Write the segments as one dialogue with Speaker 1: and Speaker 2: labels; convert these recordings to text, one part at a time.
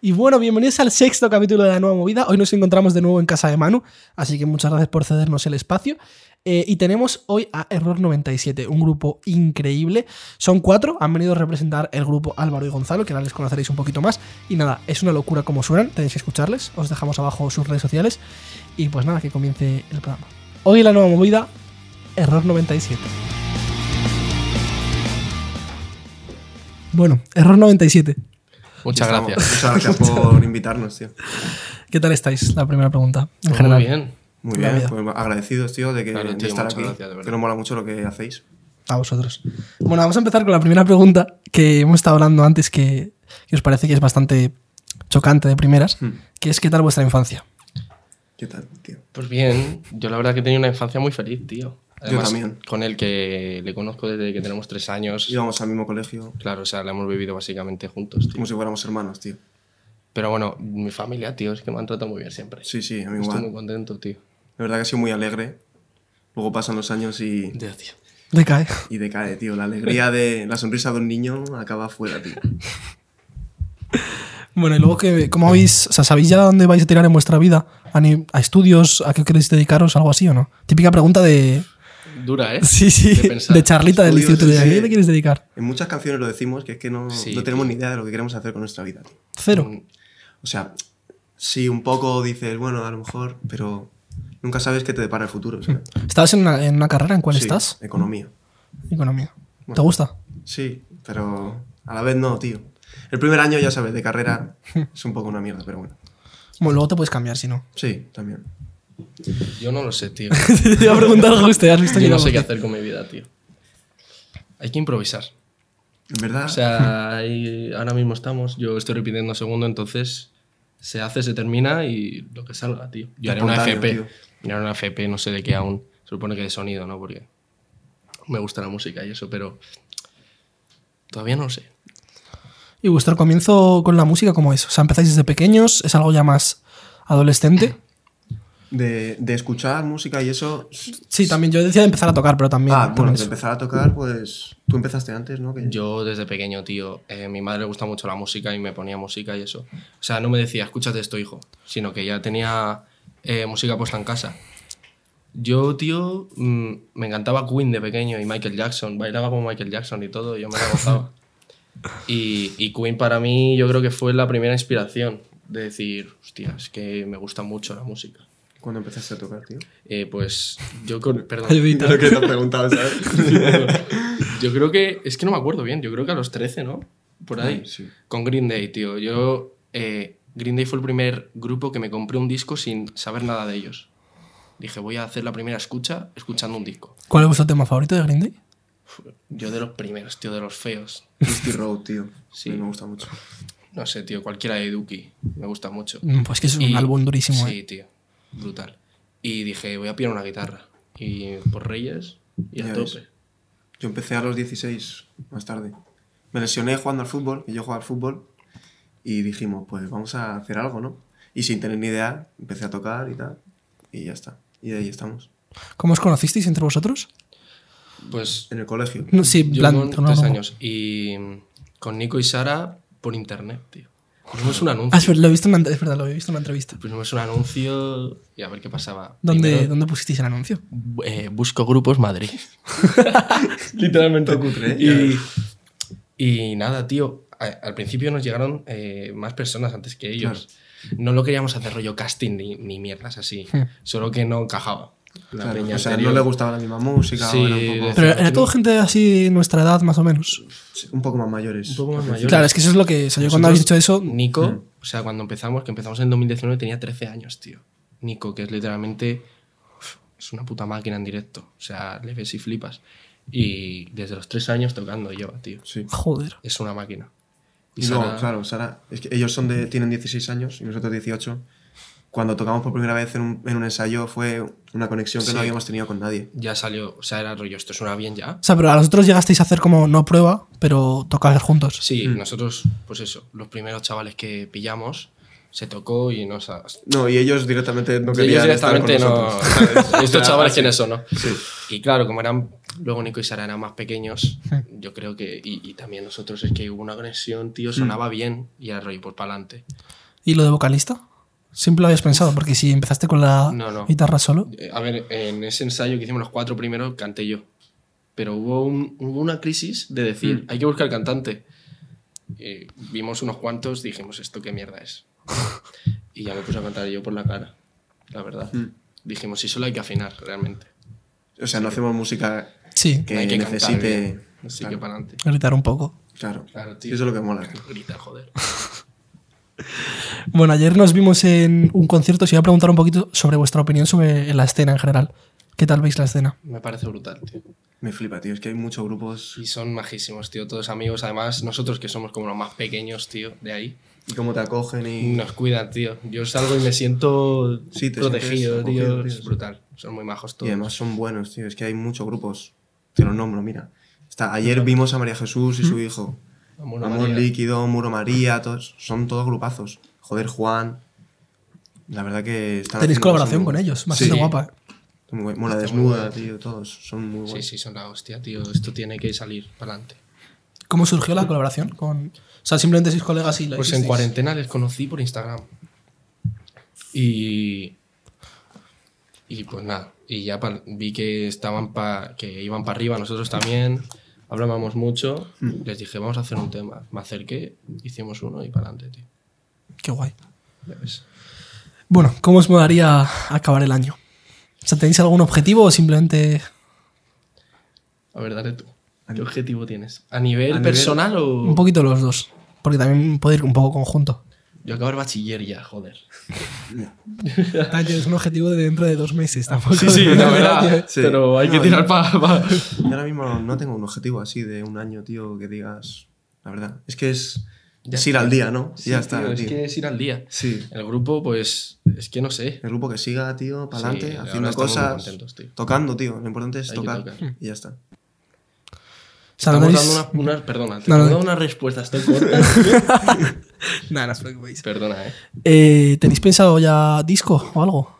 Speaker 1: Y bueno, bienvenidos al sexto capítulo de la nueva movida. Hoy nos encontramos de nuevo en casa de Manu, así que muchas gracias por cedernos el espacio. Eh, y tenemos hoy a Error 97, un grupo increíble. Son cuatro, han venido a representar el grupo Álvaro y Gonzalo, que ahora les conoceréis un poquito más. Y nada, es una locura como suenan, tenéis que escucharles. Os dejamos abajo sus redes sociales. Y pues nada, que comience el programa. Hoy en la nueva movida, Error 97. Bueno, Error 97.
Speaker 2: Muchas
Speaker 3: Estamos.
Speaker 2: gracias.
Speaker 3: Muchas gracias por invitarnos, tío.
Speaker 1: ¿Qué tal estáis? La primera pregunta. En
Speaker 2: Pues
Speaker 1: general.
Speaker 2: Muy bien.
Speaker 3: Muy
Speaker 1: La vida.
Speaker 3: bien, pues agradecidos, tío, de, que,
Speaker 2: Claro,
Speaker 3: de
Speaker 2: tío,
Speaker 3: estar
Speaker 2: muchas
Speaker 3: aquí.
Speaker 2: gracias, de verdad.
Speaker 3: que nos mola mucho lo que hacéis.
Speaker 1: A vosotros. Bueno, vamos a empezar con la primera pregunta que hemos estado hablando antes que, que os parece que es bastante chocante de primeras,
Speaker 3: Hmm.
Speaker 1: que es ¿qué tal vuestra infancia?
Speaker 3: ¿Qué tal, tío?
Speaker 2: Pues bien, yo la verdad que he tenido una infancia muy feliz, tío.
Speaker 3: también.
Speaker 2: Con él que le conozco desde que tenemos tres años.
Speaker 3: Íbamos al mismo colegio,
Speaker 2: Claro, o sea, la hemos vivido básicamente juntos, tío.
Speaker 3: como si fuéramos hermanos, tío.
Speaker 2: Pero bueno, mi familia, tío, es que me han tratado muy bien siempre.
Speaker 3: Sí, sí, a mí
Speaker 2: Estoy muy
Speaker 3: igual.
Speaker 2: contento, tío.
Speaker 3: La verdad que ha sido muy alegre. Luego pasan los años y,
Speaker 2: Ya, tío.
Speaker 1: Decae.
Speaker 3: y decae, tío. La alegría de la sonrisa de un niño acaba fuera, tío.
Speaker 1: Bueno, y luego que, ¿cómo habéis, o sea, sabéis ya dónde vais a tirar en vuestra vida? ¿A, ni- a estudios? ¿A qué queréis dedicaros? ¿Algo así o no? Típica pregunta de...
Speaker 2: Dura, ¿eh?
Speaker 1: Sí, sí,
Speaker 2: De
Speaker 1: de,
Speaker 2: pensar.
Speaker 1: charlita del
Speaker 3: Estudios,
Speaker 1: instituto. de, ¿A
Speaker 3: sí,
Speaker 1: qué
Speaker 3: sí.
Speaker 1: te quieres dedicar?
Speaker 3: En muchas canciones lo decimos que es que no,
Speaker 2: Sí,
Speaker 3: no tenemos
Speaker 2: tío.
Speaker 3: ni idea de lo que queremos hacer con nuestra vida, tío.
Speaker 1: Cero.
Speaker 2: Mm,
Speaker 3: O sea, sí, un poco dices, bueno, a lo mejor, pero nunca sabes qué te depara el futuro, ¿sabes?
Speaker 1: ¿Estabas en una, en una carrera? ¿En cuál
Speaker 3: Sí,
Speaker 1: estás?
Speaker 3: Economía.
Speaker 1: Economía. ¿Te
Speaker 3: Bueno.
Speaker 1: gusta?
Speaker 3: Sí, pero a la vez no, tío. El primer año, ya sabes, de carrera es un poco una mierda, pero bueno.
Speaker 1: Bueno, luego te puedes cambiar si no.
Speaker 3: Sí, también.
Speaker 2: Yo no lo sé, tío.
Speaker 1: te iba a preguntar algo usted, ¿has visto
Speaker 2: Yo
Speaker 1: que
Speaker 2: no
Speaker 1: la
Speaker 2: sé qué
Speaker 1: boté?
Speaker 2: hacer con mi vida, tío. Hay que improvisar.
Speaker 3: En verdad,
Speaker 2: O sea, ahí- ahora mismo estamos, yo estoy repitiendo segundo, entonces se hace, se termina y lo que salga, tío. Yo haré una
Speaker 3: Espontáneo,
Speaker 2: FP.
Speaker 3: tío.
Speaker 2: Yo haré una FP, no sé de qué aún. Se supone que de sonido, ¿no? Porque me gusta la música y eso, pero todavía no lo sé.
Speaker 1: Y vuestro comienzo con la música, ¿cómo es? O sea, empezáis desde pequeños, es algo ya más adolescente.
Speaker 3: de, de escuchar música y eso.
Speaker 1: Sí, también yo decía de empezar a tocar, pero también.
Speaker 3: Ah, bueno,
Speaker 1: también
Speaker 3: de
Speaker 1: es-
Speaker 3: empezar a tocar, pues. Tú empezaste antes, ¿no? Que-
Speaker 2: Yo desde pequeño, tío, eh, mi madre le gusta mucho la música y me ponía música y eso. O sea, no me decía, escúchate esto, hijo, sino que ya tenía eh, música puesta en casa. Yo, tío, mm, me encantaba Queen de pequeño y Michael Jackson, bailaba con Michael Jackson y todo, yo me la gozaba. y, y Queen para mí yo creo que fue la primera inspiración de decir, hostia, es que me gusta mucho la música.
Speaker 3: Cuando empezaste a tocar, tío.
Speaker 2: Eh, pues yo con... Perdón.
Speaker 1: Ayudita.
Speaker 3: que te has preguntado, ¿sabes?
Speaker 2: Yo creo que, es que no me acuerdo bien, yo creo que a los 13, ¿no? Por ahí.
Speaker 3: Sí.
Speaker 2: Con Green Day, tío. Yo. eh, Green Day fue el primer grupo que me compré un disco sin saber nada de ellos. Dije, voy a hacer la primera escucha escuchando un disco.
Speaker 1: ¿Cuál es vuestro tema favorito de Green Day?
Speaker 2: Yo de los primeros, tío, de los feos.
Speaker 3: Misty Road, tío.
Speaker 2: Sí.
Speaker 3: Sí. Me gusta mucho.
Speaker 2: No sé, tío, cualquiera de Duki. Me gusta mucho.
Speaker 1: Mm, Pues que es un
Speaker 2: Y-
Speaker 1: álbum durísimo,
Speaker 2: Sí,
Speaker 1: ¿eh?
Speaker 2: tío. Brutal. Y dije, voy a pillar una guitarra. Y por Reyes y a
Speaker 3: Ya
Speaker 2: tope.
Speaker 3: Yo empecé a los 16, más tarde. Me lesioné jugando al fútbol, y yo jugaba al fútbol, y dijimos, pues vamos a hacer algo, ¿no? Y sin tener ni idea, empecé a tocar y tal, y ya está. Y de ahí estamos.
Speaker 1: ¿Cómo os conocisteis entre vosotros?
Speaker 2: Pues
Speaker 3: En el colegio.
Speaker 1: No, sí, en
Speaker 2: yo
Speaker 1: plan,
Speaker 2: con
Speaker 1: con
Speaker 2: tres
Speaker 1: algo-
Speaker 2: años. Y mm, con Nico y Sara por internet, tío. Pusimos un anuncio.
Speaker 1: Ah, es verdad, lo he visto en una, ent- es verdad, lo he visto en una entrevista.
Speaker 2: pusimos un anuncio y a ver qué pasaba.
Speaker 1: ¿Dónde,
Speaker 2: Primero,
Speaker 1: ¿Dónde pusisteis el anuncio?
Speaker 2: bu- eh, busco grupos Madrid. Literalmente.
Speaker 3: Todo cutre, ¿eh?
Speaker 2: y, y nada, tío. a- al principio nos llegaron eh, más personas antes que ellos. No lo queríamos hacer rollo casting ni, ni mierdas así.
Speaker 1: Hmm.
Speaker 2: Solo que no encajaba. La
Speaker 3: Claro,
Speaker 2: peña
Speaker 3: o sea,
Speaker 2: anterior.
Speaker 3: no le gustaba la misma música,
Speaker 2: Sí,
Speaker 3: era un poco,
Speaker 2: de-
Speaker 1: Pero era todo gente así de nuestra edad, más o menos.
Speaker 3: un poco más mayores.
Speaker 2: Un poco más mayor.
Speaker 1: Claro, es que eso es lo que. O sea, yo cuando habéis dicho eso. hmm.
Speaker 2: Nico, o sea, cuando empezamos, que empezamos en el 2019, tenía 13 años, tío. Nico, que es literalmente. uf, Es una puta máquina en directo. O sea, le ves y flipas. Y desde los 3 años tocando lleva, tío.
Speaker 3: Sí.
Speaker 1: Joder.
Speaker 2: Es una máquina.
Speaker 3: Y luego,
Speaker 2: Sara-
Speaker 3: claro, Sara, es que ellos son de, tienen 16 años y nosotros 18. Cuando tocamos por primera vez en un, en un ensayo fue una conexión que
Speaker 2: Sí.
Speaker 3: no habíamos tenido con nadie.
Speaker 2: Ya salió, o sea, era rollo, esto suena bien ya.
Speaker 1: O sea, pero a los otros llegasteis a hacer como no prueba, pero tocar juntos.
Speaker 2: Sí,
Speaker 3: Mm.
Speaker 2: nosotros, pues eso, los primeros chavales que pillamos, se tocó y nos. a-
Speaker 3: No, y ellos directamente no
Speaker 2: Ellos
Speaker 3: querían estar con
Speaker 2: directamente no.
Speaker 3: nosotros.
Speaker 2: ¿sabes? Estos chavales, ¿quiénes son, no?
Speaker 3: Sí.
Speaker 2: Y claro, como eran Luego Nico y Sara eran más pequeños. Yo creo que. Y, y también nosotros es que hubo una conexión,
Speaker 3: Mm.
Speaker 2: tío, sonaba bien y a rollo por pa'lante.
Speaker 1: ¿Y lo de vocalista? Siempre lo habías pensado, porque si empezaste con la
Speaker 2: No, no.
Speaker 1: guitarra solo.
Speaker 2: Eh, A ver, en ese ensayo que hicimos los cuatro primeros, canté yo. Pero hubo, un- hubo una crisis de
Speaker 3: Mm.
Speaker 2: decir, hay que buscar cantante. Eh, vimos unos cuantos, dijimos, esto qué mierda es. y ya me puse a cantar yo por la cara, la verdad.
Speaker 3: Mm.
Speaker 2: Dijimos, sí, solo hay que afinar, realmente.
Speaker 3: O sea, no hacemos música
Speaker 1: Sí,
Speaker 3: que,
Speaker 2: hay que cantar
Speaker 3: necesite.
Speaker 2: bien. Así
Speaker 3: claro,
Speaker 2: que para adelante.
Speaker 1: gritar un poco.
Speaker 3: claro.
Speaker 2: Claro, tío.
Speaker 3: Eso es lo que mola.
Speaker 2: Grita, joder.
Speaker 1: Bueno, ayer nos vimos en un concierto. Os iba a preguntar un poquito sobre vuestra opinión sobre la escena en general. ¿Qué tal veis la escena?
Speaker 2: Me parece brutal, tío.
Speaker 3: Me flipa, tío. Es que hay muchos grupos.
Speaker 2: Y son majísimos, tío. Todos amigos, además, nosotros que somos como los más pequeños, tío, de ahí.
Speaker 3: Y cómo te acogen y.
Speaker 2: Nos cuidan, tío. Yo salgo y me siento
Speaker 3: Sí, te
Speaker 2: protegido,
Speaker 3: sientes
Speaker 2: tío.
Speaker 3: acogido,
Speaker 2: Es
Speaker 3: tío.
Speaker 2: brutal. Son muy majos
Speaker 3: Y
Speaker 2: todos.
Speaker 3: además son buenos, tío. Es que hay muchos grupos. Te los nombro, mira. Está, ayer vimos a María Jesús y su hijo.
Speaker 2: Amor,
Speaker 3: Amor
Speaker 2: María.
Speaker 3: Líquido, Muro María, todos, son todos grupazos. Joder, Juan. La verdad que están
Speaker 1: Tenéis
Speaker 3: haciendo
Speaker 1: colaboración con
Speaker 3: cosas muy buenas.
Speaker 1: ellos, bastante
Speaker 2: Sí.
Speaker 1: guapa. ¿eh?
Speaker 3: Son Muy buenas. Mola
Speaker 2: Está muy
Speaker 3: desnuda,
Speaker 2: buena.
Speaker 3: tío, todos. Son muy
Speaker 2: Sí,
Speaker 3: buenos.
Speaker 2: sí, son la hostia, tío. Esto tiene que salir para adelante.
Speaker 1: ¿Cómo surgió la colaboración? Con... O sea, simplemente sois colegas y la
Speaker 2: Pues en
Speaker 1: hicisteis.
Speaker 2: cuarentena les conocí por Instagram. Y. Y pues nada. Y ya pa- vi que estaban pa- que iban para arriba, nosotros también. Hablábamos mucho.
Speaker 3: Mm.
Speaker 2: Les dije, vamos a hacer un tema. Me acerqué, hicimos uno y para adelante, tío.
Speaker 1: Qué guay.
Speaker 2: Ya ves.
Speaker 1: Bueno, ¿cómo os molaría acabar el año? O sea, ¿tenéis algún objetivo o simplemente
Speaker 2: A ver, dale tú.
Speaker 3: A
Speaker 2: ¿Qué
Speaker 3: ni-
Speaker 2: objetivo tienes? ¿A nivel
Speaker 3: nivel-
Speaker 2: personal o.?
Speaker 1: un poquito los dos? Porque también puede ir un poco conjunto.
Speaker 2: Yo acabar bachiller ya, joder.
Speaker 1: es un objetivo de dentro de dos meses, tampoco.
Speaker 3: Sí.
Speaker 2: Pero hay que
Speaker 3: No,
Speaker 2: tirar
Speaker 3: yo-
Speaker 2: para.
Speaker 3: Yo ahora mismo no tengo un objetivo así de un año, tío, que digas. La verdad. Es que es. es ir al día, ¿no? ya está.
Speaker 2: es
Speaker 3: tío.
Speaker 2: que es ir al día.
Speaker 3: Sí.
Speaker 2: El grupo, pues. Es que no sé.
Speaker 3: El grupo que siga, tío, para adelante,
Speaker 2: Sí, ahora
Speaker 3: haciendo
Speaker 2: estamos muy
Speaker 3: cosas.
Speaker 2: contentos, tío.
Speaker 3: Tocando, tío. Lo importante es
Speaker 2: Hay que
Speaker 3: tocar.
Speaker 2: tocar.
Speaker 3: Y ya está.
Speaker 2: Estamos dando una, una- Perdona, te
Speaker 1: No, no.
Speaker 2: he dado unas respuestas tan cortas.
Speaker 1: Nada, no os preocupéis.
Speaker 2: perdona, eh.
Speaker 1: Eh, ¿Tenéis pensado ya disco o algo?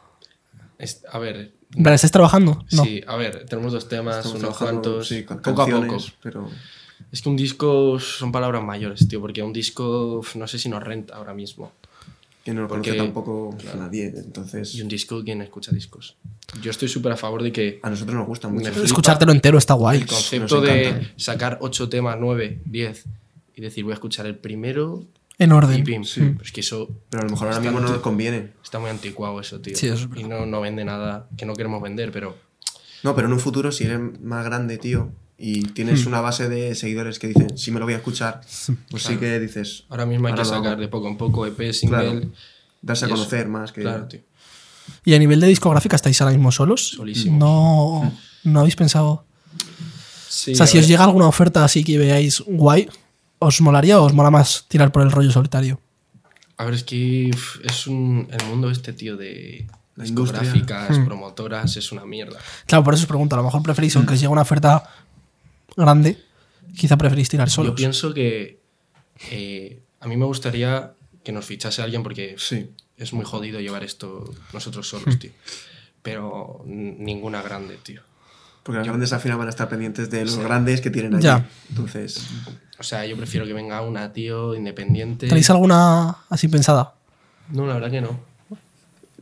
Speaker 2: Es- a ver.
Speaker 1: ¿Pero estáis trabajando? No.
Speaker 2: Sí, a ver, tenemos dos temas,
Speaker 3: Estamos
Speaker 2: unos
Speaker 3: trabajando,
Speaker 2: cuantos.
Speaker 3: sí, con
Speaker 2: poco a poco.
Speaker 3: canciones, Pero.
Speaker 2: Es que un disco son palabras mayores, tío, porque un disco uf, no sé si nos renta ahora mismo.
Speaker 3: Que no lo
Speaker 2: Porque-
Speaker 3: conoce tampoco nadie. Entonces.
Speaker 2: Y un disco, ¿quién escucha discos? Yo estoy súper a favor de que
Speaker 3: A nosotros nos gusta mucho.
Speaker 2: flipa.
Speaker 1: Escuchártelo entero está guay.
Speaker 2: el concepto
Speaker 3: nos
Speaker 2: de
Speaker 3: encanta.
Speaker 2: sacar 8 temas, 9, 10 y decir voy a escuchar el primero
Speaker 1: En
Speaker 2: y
Speaker 1: orden.
Speaker 2: pim.
Speaker 3: Sí.
Speaker 2: Pero es que eso
Speaker 3: Pero a lo mejor ahora
Speaker 2: Está
Speaker 3: mismo no
Speaker 2: mucho.
Speaker 3: nos conviene.
Speaker 2: está muy anticuado, eso, tío.
Speaker 1: Sí, eso es verdad.
Speaker 2: y no, no vende nada que no queremos vender, pero
Speaker 3: No, pero en un futuro, si eres más grande, tío, y tienes
Speaker 2: Hmm.
Speaker 3: una base de seguidores que dicen, sí me lo voy a escuchar, pues sí que dices.
Speaker 2: ahora mismo hay
Speaker 3: "Ahora
Speaker 2: que
Speaker 3: lo hago".
Speaker 2: sacar de poco en poco EP, single.
Speaker 3: Claro. Darse a
Speaker 2: y eso.
Speaker 3: conocer más que.
Speaker 2: Claro, tío.
Speaker 1: ¿Y a nivel de discográfica estáis ahora mismo solos?
Speaker 2: Solísimos.
Speaker 1: No, no habéis pensado.
Speaker 2: Sí,
Speaker 1: o sea,
Speaker 2: a
Speaker 1: si os
Speaker 2: ver,
Speaker 1: llega alguna oferta así que veáis guay, ¿os molaría o os mola más tirar por el rollo solitario?
Speaker 2: a ver, es que uf, es un, el mundo este, tío, de
Speaker 3: La industria. Hmm.
Speaker 2: discográficas, promotoras, es una mierda.
Speaker 1: Claro, por eso os pregunto. A lo mejor preferís, aunque os llegue una oferta grande, quizá preferís tirar solos.
Speaker 2: Yo pienso que eh, a mí me gustaría que nos fichase alguien porque
Speaker 3: Sí.
Speaker 2: es muy jodido llevar esto nosotros solos, tío. Pero n- ninguna grande, tío.
Speaker 3: Porque las grandes al final van a estar pendientes de los grandes que tienen allí.
Speaker 1: Ya.
Speaker 3: Entonces,
Speaker 2: O sea, yo prefiero que venga una, tío, independiente.
Speaker 1: ¿Tenéis alguna así pensada?
Speaker 2: No, la verdad que no.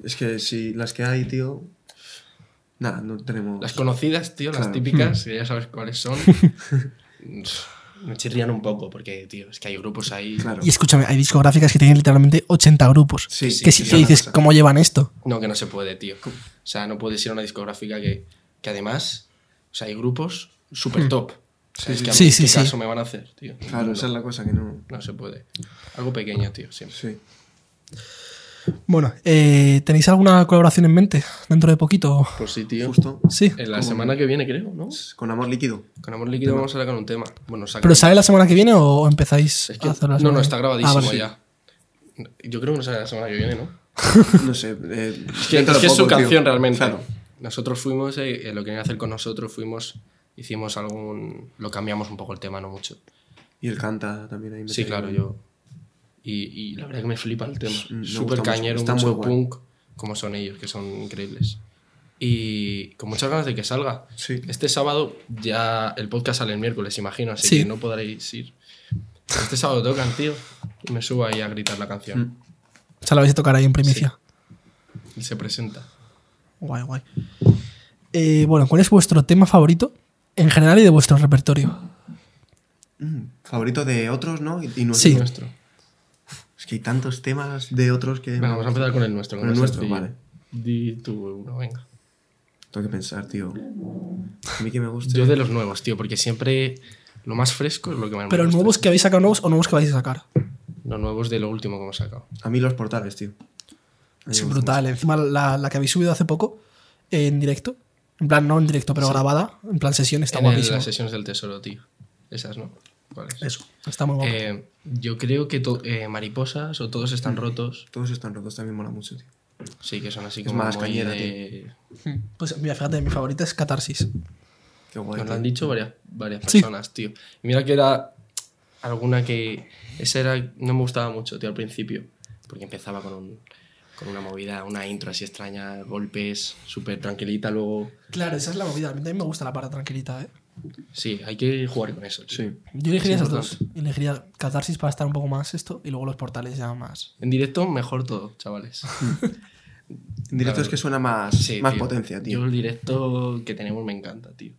Speaker 3: es que si las que hay, tío. Nada, no tenemos.
Speaker 2: Las conocidas, tío, las
Speaker 3: Claro. Hmm.
Speaker 2: típicas, que ya sabes cuáles son. me chirrían un poco porque, tío, es que hay grupos ahí.
Speaker 3: Claro.
Speaker 1: Y escúchame, hay discográficas que tienen literalmente 80 grupos.
Speaker 3: Sí, sí,
Speaker 1: que si
Speaker 3: sí, es
Speaker 1: que
Speaker 3: una
Speaker 1: dices,
Speaker 3: cosa.
Speaker 1: ¿cómo llevan esto?
Speaker 2: No, que no se puede, tío. O sea, no puedes ir a una discográfica que, que además, o sea, hay grupos super top. O sea, es que a mí,
Speaker 1: Hmm. Sí,
Speaker 2: ¿qué
Speaker 1: sí, sí.
Speaker 2: caso me van a hacer, tío?
Speaker 3: Claro,
Speaker 2: no,
Speaker 3: esa es la cosa que no.
Speaker 2: no se puede. Algo pequeño, tío, siempre.
Speaker 3: Sí.
Speaker 1: Bueno, eh, ¿tenéis alguna colaboración en mente dentro de poquito?
Speaker 2: Pues sí, tío.
Speaker 3: Justo.
Speaker 1: Sí.
Speaker 2: En la semana que viene, creo, ¿no?
Speaker 3: Con amor líquido.
Speaker 2: Con Amor Líquido vamos a sacar un tema. Bueno, saca
Speaker 1: ¿Pero sale la semana que viene o empezáis
Speaker 2: Es que-
Speaker 1: a hacerlo la
Speaker 2: no,
Speaker 1: semana
Speaker 2: no, está
Speaker 1: que-
Speaker 2: grabadísimo
Speaker 1: Ah, vale.
Speaker 2: ya. Yo creo que no sale la semana que viene, ¿no?
Speaker 3: No sé. eh,
Speaker 2: Es que,
Speaker 3: dentro
Speaker 2: es
Speaker 3: de
Speaker 2: que es su
Speaker 3: poco, tío.
Speaker 2: canción realmente.
Speaker 3: Claro.
Speaker 2: Nosotros fuimos, eh, eh, lo que querían hacer con nosotros, fuimos, hicimos algún. Lo cambiamos un poco el tema, no mucho.
Speaker 3: Y él canta también ahí.
Speaker 2: Sí,
Speaker 3: metido.
Speaker 2: claro, yo. Y, y la verdad que me flipa el tema. Súper
Speaker 3: me gusta mucho,
Speaker 2: cañero,
Speaker 3: está
Speaker 2: mucho
Speaker 3: muy guay.
Speaker 2: punk, como son ellos, que son increíbles. y con muchas ganas de que salga.
Speaker 3: Sí.
Speaker 2: Este sábado ya el podcast sale el miércoles, imagino, así
Speaker 1: Sí.
Speaker 2: que no podréis ir. Pero Este sábado tocan, tío. Y me subo ahí a gritar la
Speaker 3: Mm.
Speaker 2: canción.
Speaker 1: O sea, la vais a tocar ahí en primicia.
Speaker 2: Y se presenta.
Speaker 1: Guay, guay. Eh, bueno, ¿cuál es vuestro tema favorito en general y de vuestro repertorio?
Speaker 3: Mm, Favorito de otros, ¿no? Y, y nuestro.
Speaker 1: Sí.
Speaker 2: Nuestro.
Speaker 3: Es que hay tantos temas de otros que.
Speaker 2: Venga, vamos a empezar con el nuestro.
Speaker 3: Con el
Speaker 2: más
Speaker 3: nuestro,
Speaker 2: sencillo.
Speaker 3: vale.
Speaker 2: Di tú uno, venga.
Speaker 3: Tengo que pensar, tío. A mí que me gusta.
Speaker 2: Yo de los nuevos, tío, porque siempre lo más fresco es lo que me
Speaker 1: ¿Pero
Speaker 2: gusta.
Speaker 1: nuevos que habéis sacado nuevos o nuevos que vais a sacar?
Speaker 2: Eh, Los nuevos de lo último que hemos sacado.
Speaker 3: A mí los portales, tío. A mí me
Speaker 1: Es
Speaker 3: gusta
Speaker 1: brutal.
Speaker 2: pues-
Speaker 1: Encima la, la que habéis subido hace poco eh, en directo. En plan, no en directo, pero grabada. En plan sesión está
Speaker 2: en el-
Speaker 1: guapísimo.
Speaker 2: las sesiones del tesoro, tío. Esas, ¿no? ¿Cuáles?
Speaker 1: Eso, está muy guapo.
Speaker 2: Eh, yo creo que to- eh, mariposas o todos están rotos.
Speaker 3: mucho. Todos están rotos, también mola mucho, tío.
Speaker 2: Sí, que son así
Speaker 3: Es
Speaker 2: como
Speaker 3: más
Speaker 2: muy
Speaker 3: cañera,
Speaker 2: de-
Speaker 1: Pues mira, fíjate, mi favorita es Catarsis.
Speaker 3: Qué guay.
Speaker 2: Nos lo
Speaker 3: tío.
Speaker 2: han dicho varias, varias
Speaker 1: Sí.
Speaker 2: personas, tío. Y mira que era alguna que. Esa era. No me gustaba mucho, tío, al principio. Porque empezaba con, un- con una movida, una intro así extraña, golpes, súper tranquilita. Luego.
Speaker 1: Claro, esa es la movida. A mí también me gusta la parada tranquilita, ¿eh?
Speaker 2: Sí, hay que jugar con eso, tío.
Speaker 3: Sí.
Speaker 1: Yo elegiría
Speaker 2: Es
Speaker 1: esas dos. Elegiría Catarsis para estar un poco más esto y luego los portales ya más.
Speaker 2: En directo, mejor todo, chavales.
Speaker 3: En directo
Speaker 2: La
Speaker 3: es que suena más,
Speaker 2: Sí,
Speaker 3: más
Speaker 2: tío.
Speaker 3: potencia, tío.
Speaker 2: Yo el directo que tenemos me encanta, tío.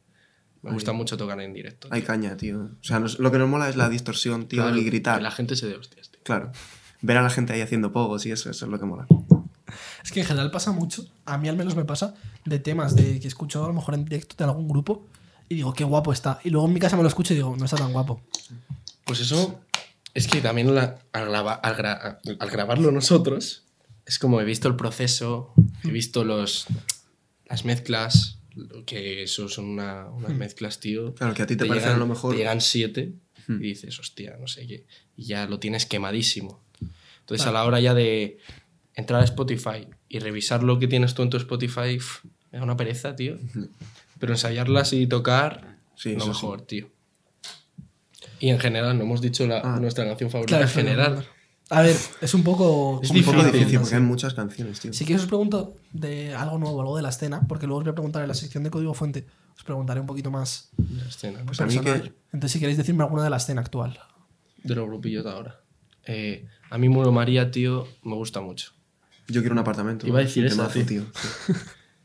Speaker 2: Me gusta mucho tocar en directo.
Speaker 3: Hay
Speaker 2: tío.
Speaker 3: caña, tío. O sea, nos- lo que nos mola es la distorsión, tío,
Speaker 2: Claro,
Speaker 3: y gritar.
Speaker 2: que la gente se dé hostias, tío.
Speaker 3: Claro. Ver a la gente ahí haciendo pogos y eso, eso es lo que mola.
Speaker 1: Es que en general pasa mucho, a mí al menos me pasa, de temas de que escucho a lo mejor en directo de algún grupo y digo, qué guapo está. Y luego en mi casa me lo escucho y digo, no está tan guapo.
Speaker 2: Pues eso, es que también la- al, grava- al gra- al grabarlo nosotros, es como he visto el proceso, he visto los, las mezclas, lo que eso son una- unas mezclas, tío.
Speaker 3: Hmm. Claro, que a ti te parecen
Speaker 2: llegan-
Speaker 3: a lo mejor- Hmm.
Speaker 2: Te llegan siete y dices, hostia, no sé qué. Y ya lo tienes quemadísimo. Entonces, a la hora ya de entrar a Spotify y revisar lo que tienes tú en tu Spotify, uf, me da una pereza, tío. Pero ensayarlas y tocar,
Speaker 3: Sí,
Speaker 2: lo
Speaker 3: eso sí.
Speaker 2: mejor, tío. Y en general, no hemos dicho la-
Speaker 3: Ah.
Speaker 2: nuestra canción favorita en
Speaker 1: es verdad.
Speaker 2: general.
Speaker 1: A ver, es un poco.
Speaker 2: Es
Speaker 3: un poco
Speaker 2: difícil,
Speaker 3: difícil
Speaker 2: tío.
Speaker 3: porque hay muchas canciones, tío.
Speaker 1: Si quieres os pregunto de algo nuevo, algo de la escena, porque luego os voy a preguntar en la sección de código fuente, os preguntaré un poquito más
Speaker 2: La escena, ¿no?
Speaker 3: a mí
Speaker 1: personal.
Speaker 3: que-
Speaker 1: Entonces, si queréis decirme alguna de la escena actual.
Speaker 2: De los grupillos de ahora. Eh, a mí Muro María, tío, me gusta mucho.
Speaker 3: Yo quiero un apartamento.
Speaker 2: Iba a decir
Speaker 3: Es un
Speaker 2: esa,
Speaker 3: temazo,
Speaker 2: tío.
Speaker 3: Sí.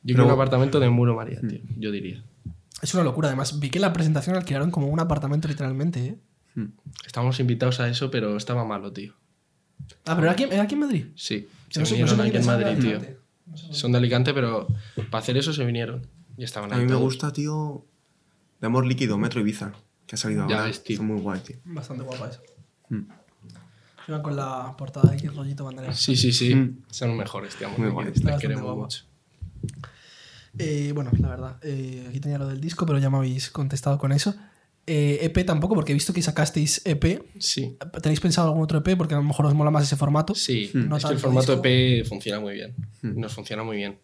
Speaker 2: Yo creo un apartamento de Muro María,
Speaker 3: Mm.
Speaker 2: tío, yo diría.
Speaker 1: Es una locura, además. Vi que en la presentación alquilaron como un apartamento literalmente, ¿eh?
Speaker 2: Estábamos invitados a eso, pero estaba malo, tío.
Speaker 1: Ah, pero era aquí, era aquí en Madrid.
Speaker 2: Sí,
Speaker 1: Yo
Speaker 2: se
Speaker 1: no sé- no
Speaker 2: vinieron
Speaker 1: sé
Speaker 2: aquí en
Speaker 1: quiénes son
Speaker 2: Madrid,
Speaker 1: de
Speaker 2: tío.
Speaker 1: Alicante. No sé.
Speaker 2: Son de Alicante, pero para hacer eso se vinieron. Y estaban
Speaker 3: A
Speaker 2: ahí
Speaker 3: mí me
Speaker 2: todos.
Speaker 3: gusta, tío, de amor líquido, Metro Ibiza, que ha salido
Speaker 2: Ya
Speaker 3: ahora.
Speaker 2: ves, tío.
Speaker 3: Es muy guay, tío.
Speaker 1: Bastante guapa esa.
Speaker 2: Hmm.
Speaker 3: Mm.
Speaker 1: Iban con la portada de aquí, rollito bandera.
Speaker 2: Sí, sí, sí.
Speaker 3: Mm.
Speaker 2: Son los mejores, tío.
Speaker 3: Muy guay.
Speaker 2: Les
Speaker 1: Bastante
Speaker 2: queremos
Speaker 1: guapo.
Speaker 2: mucho.
Speaker 1: Eh, bueno, la verdad, eh, aquí tenía lo del disco, pero ya me habéis contestado con eso. Eh, EP tampoco, porque he visto que sacasteis EP.
Speaker 2: Sí.
Speaker 1: ¿Tenéis pensado algún otro EP? Porque a lo mejor os mola más ese formato.
Speaker 2: Sí,
Speaker 1: No
Speaker 2: es que el
Speaker 1: tanto
Speaker 2: formato
Speaker 1: disco.
Speaker 2: EP funciona muy bien. Nos funciona muy bien.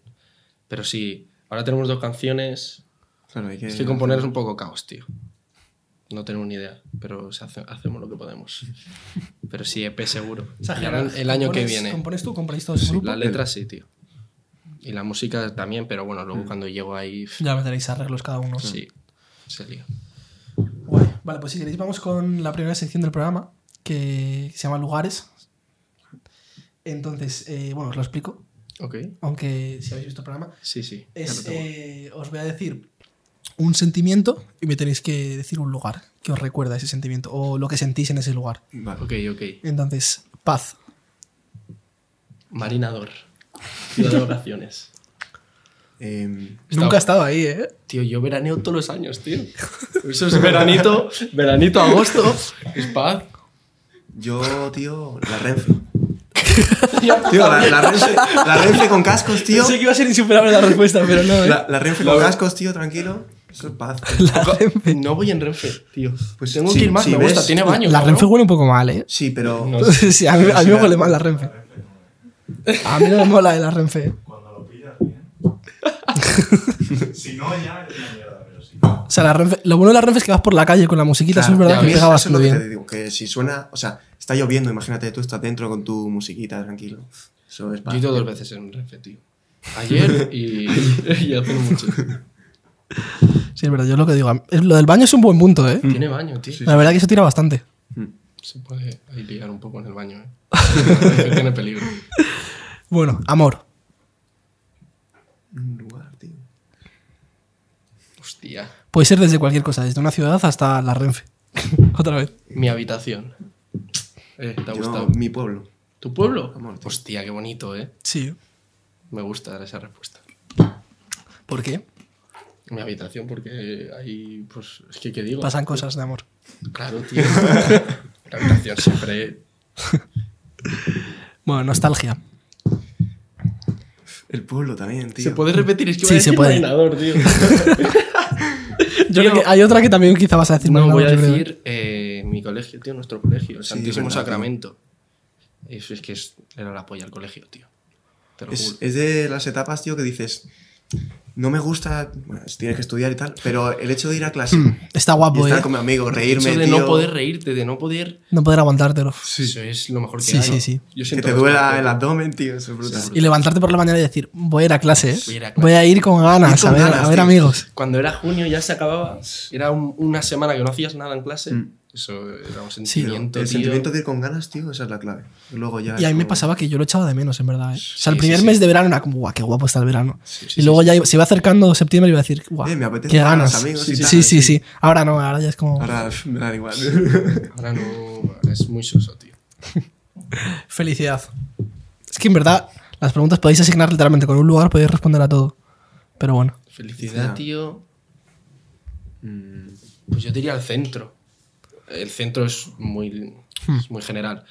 Speaker 2: Pero sí, ahora tenemos dos canciones.
Speaker 3: Claro, hay que...
Speaker 2: Es que componer es un poco caos, tío. No tenemos ni idea, pero se hace- hacemos lo que podemos. Pero sí, EP seguro.
Speaker 1: O sea,
Speaker 2: Y ahora
Speaker 1: general,
Speaker 2: el año que
Speaker 1: compones-
Speaker 2: viene.
Speaker 1: ¿Compones tú? ¿Compráis todos en
Speaker 2: Sí,
Speaker 1: grupo?
Speaker 2: las letras sí, tío. Y la música también, pero bueno, luego cuando llego ahí, f-
Speaker 1: Ya meteréis arreglos cada uno.
Speaker 2: sí, se lía.
Speaker 1: Guay. Vale, pues si queréis vamos con la primera sección del programa, que se llama Lugares. Entonces, eh, bueno, os lo explico,
Speaker 2: Ok.
Speaker 1: aunque si habéis visto el programa.
Speaker 2: Sí, sí. ya lo
Speaker 1: Es,
Speaker 2: tengo.
Speaker 1: eh, os voy a decir un sentimiento y me tenéis que decir un lugar que os recuerda ese sentimiento o lo que sentís en ese lugar.
Speaker 3: Vale.
Speaker 2: Ok, ok.
Speaker 1: Entonces, paz,
Speaker 2: Marinador. Ciudad de oraciones.
Speaker 3: Em,
Speaker 2: Está
Speaker 1: Nunca
Speaker 2: bu-
Speaker 1: he estado ahí, ¿eh?
Speaker 2: Tío, yo veraneo todos los años, tío. Eso es veranito, veranito, agosto. Es paz.
Speaker 3: yo, tío, la Renfe. tío, la, la Renfe, la Renfe con cascos, tío.
Speaker 1: Sé que iba a ser insuperable la respuesta, pero no, ¿eh?
Speaker 3: La, la Renfe con cascos, tío, tranquilo. Eso es paz. tío.
Speaker 1: La Renfe.
Speaker 2: No voy en Renfe, tío.
Speaker 3: Pues
Speaker 2: tengo
Speaker 3: sí,
Speaker 2: que ir más,
Speaker 3: sí,
Speaker 2: me
Speaker 3: ves.
Speaker 2: gusta, tiene baño.
Speaker 1: La
Speaker 2: cabrón.
Speaker 1: Renfe huele un poco mal, ¿eh?
Speaker 3: Sí, pero...
Speaker 2: No.
Speaker 1: Sí, a mí, a mí me huele mal la Renfe. A mí no me mola de la Renfe.
Speaker 4: Cuando lo pillas bien. si no, ya es una mierda, pero sí.
Speaker 1: O sea, la Renfe, lo bueno de la Renfe es que vas por la calle con la musiquita, eso
Speaker 3: Claro,
Speaker 1: es verdad
Speaker 3: ya
Speaker 1: que
Speaker 3: ves,
Speaker 1: pega
Speaker 3: eso es lo
Speaker 1: bastante
Speaker 3: que
Speaker 1: bien.
Speaker 3: te digo, que si suena... O sea, está lloviendo, imagínate, tú estás dentro con tu musiquita, tranquilo. Eso es
Speaker 2: Yo
Speaker 3: paz.
Speaker 2: he ido dos veces en Renfe, tío. ayer y, y hace no mucho.
Speaker 1: Sí, es verdad, yo es lo que digo. Es- Lo del baño es un buen punto, ¿eh?
Speaker 2: Tiene baño, tío.
Speaker 1: La verdad que eso tira bastante.
Speaker 2: Se puede ahí liar un poco en el baño, ¿eh? Es que tiene peligro.
Speaker 1: Bueno, amor.
Speaker 3: Un lugar, tío.
Speaker 2: Hostia.
Speaker 1: Puede ser desde cualquier cosa, desde una ciudad hasta la Renfe. Otra vez.
Speaker 2: Mi habitación. Eh, ¿Te ha
Speaker 3: Yo,
Speaker 2: gustado?
Speaker 3: mi pueblo.
Speaker 2: ¿Tu pueblo?
Speaker 3: Amor, tío.
Speaker 2: Hostia, qué bonito, ¿eh?
Speaker 1: Sí.
Speaker 2: Me gusta dar esa respuesta.
Speaker 1: ¿Por qué?
Speaker 2: Mi habitación, porque ahí, pues, es que, ¿qué digo?
Speaker 1: Pasan cosas de amor.
Speaker 2: Claro, tío. La habitación siempre.
Speaker 1: Bueno, nostalgia.
Speaker 3: El pueblo también, tío.
Speaker 2: ¿Se puede repetir? Es que
Speaker 1: Sí,
Speaker 2: voy a decir
Speaker 1: se puede.
Speaker 2: marinador, tío.
Speaker 1: Yo
Speaker 2: Tío,
Speaker 1: creo que hay otra que también quizá vas a decir.
Speaker 2: No,
Speaker 1: Manuel,
Speaker 2: voy a
Speaker 1: yo creo.
Speaker 2: decir eh, mi colegio, tío, nuestro colegio, el
Speaker 3: Sí,
Speaker 2: Santísimo
Speaker 3: es verdad, tío.
Speaker 2: Sacramento. Eso es que es- era la polla al colegio, tío. Te lo
Speaker 3: Es,
Speaker 2: juro.
Speaker 3: es de las etapas, tío, que dices, no me gusta, bueno, tienes que estudiar y tal, pero el hecho de ir a clase
Speaker 1: Está
Speaker 3: y
Speaker 1: guapo,
Speaker 3: estar
Speaker 1: ¿eh?
Speaker 3: con mi amigo,
Speaker 2: Mm. Eso
Speaker 3: reírme,
Speaker 2: de
Speaker 3: tío,
Speaker 2: no poder reírte, de no poder.
Speaker 1: No poder aguantártelo.
Speaker 2: Eso es lo mejor que
Speaker 1: Sí,
Speaker 2: hay.
Speaker 1: sí, sí.
Speaker 2: Yo
Speaker 3: que
Speaker 2: siento
Speaker 3: te
Speaker 2: bastante.
Speaker 3: duela el abdomen, tío, eso es brutal.
Speaker 2: Sí,
Speaker 1: Y levantarte por la mañana y decir, voy a ir a clase, ¿eh?
Speaker 2: Voy a ir a clase.
Speaker 1: Voy a ir con ganas,
Speaker 3: Ir con
Speaker 1: a ver,
Speaker 3: ganas,
Speaker 1: a ver
Speaker 3: tío.
Speaker 1: amigos.
Speaker 2: Cuando era junio ya se acababa. Era un- una semana que no hacías nada en clase.
Speaker 3: Mm.
Speaker 2: Eso era un
Speaker 3: Pero
Speaker 2: sentimiento,
Speaker 3: el
Speaker 2: tío.
Speaker 3: sentimiento de ir con ganas, tío, esa es la clave. Luego ya
Speaker 1: Y a
Speaker 3: es
Speaker 1: mí me
Speaker 3: como-
Speaker 1: pasaba que yo lo echaba de menos, en verdad. ¿eh? o sea, el
Speaker 2: Sí,
Speaker 1: primer
Speaker 2: sí, sí.
Speaker 1: mes de verano era como, guau, qué guapo está el verano.
Speaker 2: Sí,
Speaker 1: y
Speaker 2: sí,
Speaker 1: luego ya se iba acercando septiembre y iba a decir, guau,
Speaker 3: Eh, me apetece
Speaker 1: qué
Speaker 3: ver a los
Speaker 1: ganas.
Speaker 3: amigos
Speaker 1: sí,
Speaker 3: y
Speaker 1: sí,
Speaker 3: tal,
Speaker 1: sí,
Speaker 3: sí.
Speaker 1: sí. Ahora no, ahora ya es como
Speaker 3: Ahora me da igual.
Speaker 2: Ahora no. ahora Es muy soso, tío.
Speaker 1: felicidad. Es que en verdad las preguntas podéis asignar literalmente con un lugar, podéis responder a todo. Pero bueno,
Speaker 2: Felicidad,
Speaker 3: Ya.
Speaker 2: tío.
Speaker 3: Mm,
Speaker 2: Pues yo diría el centro. El centro es muy, es muy general.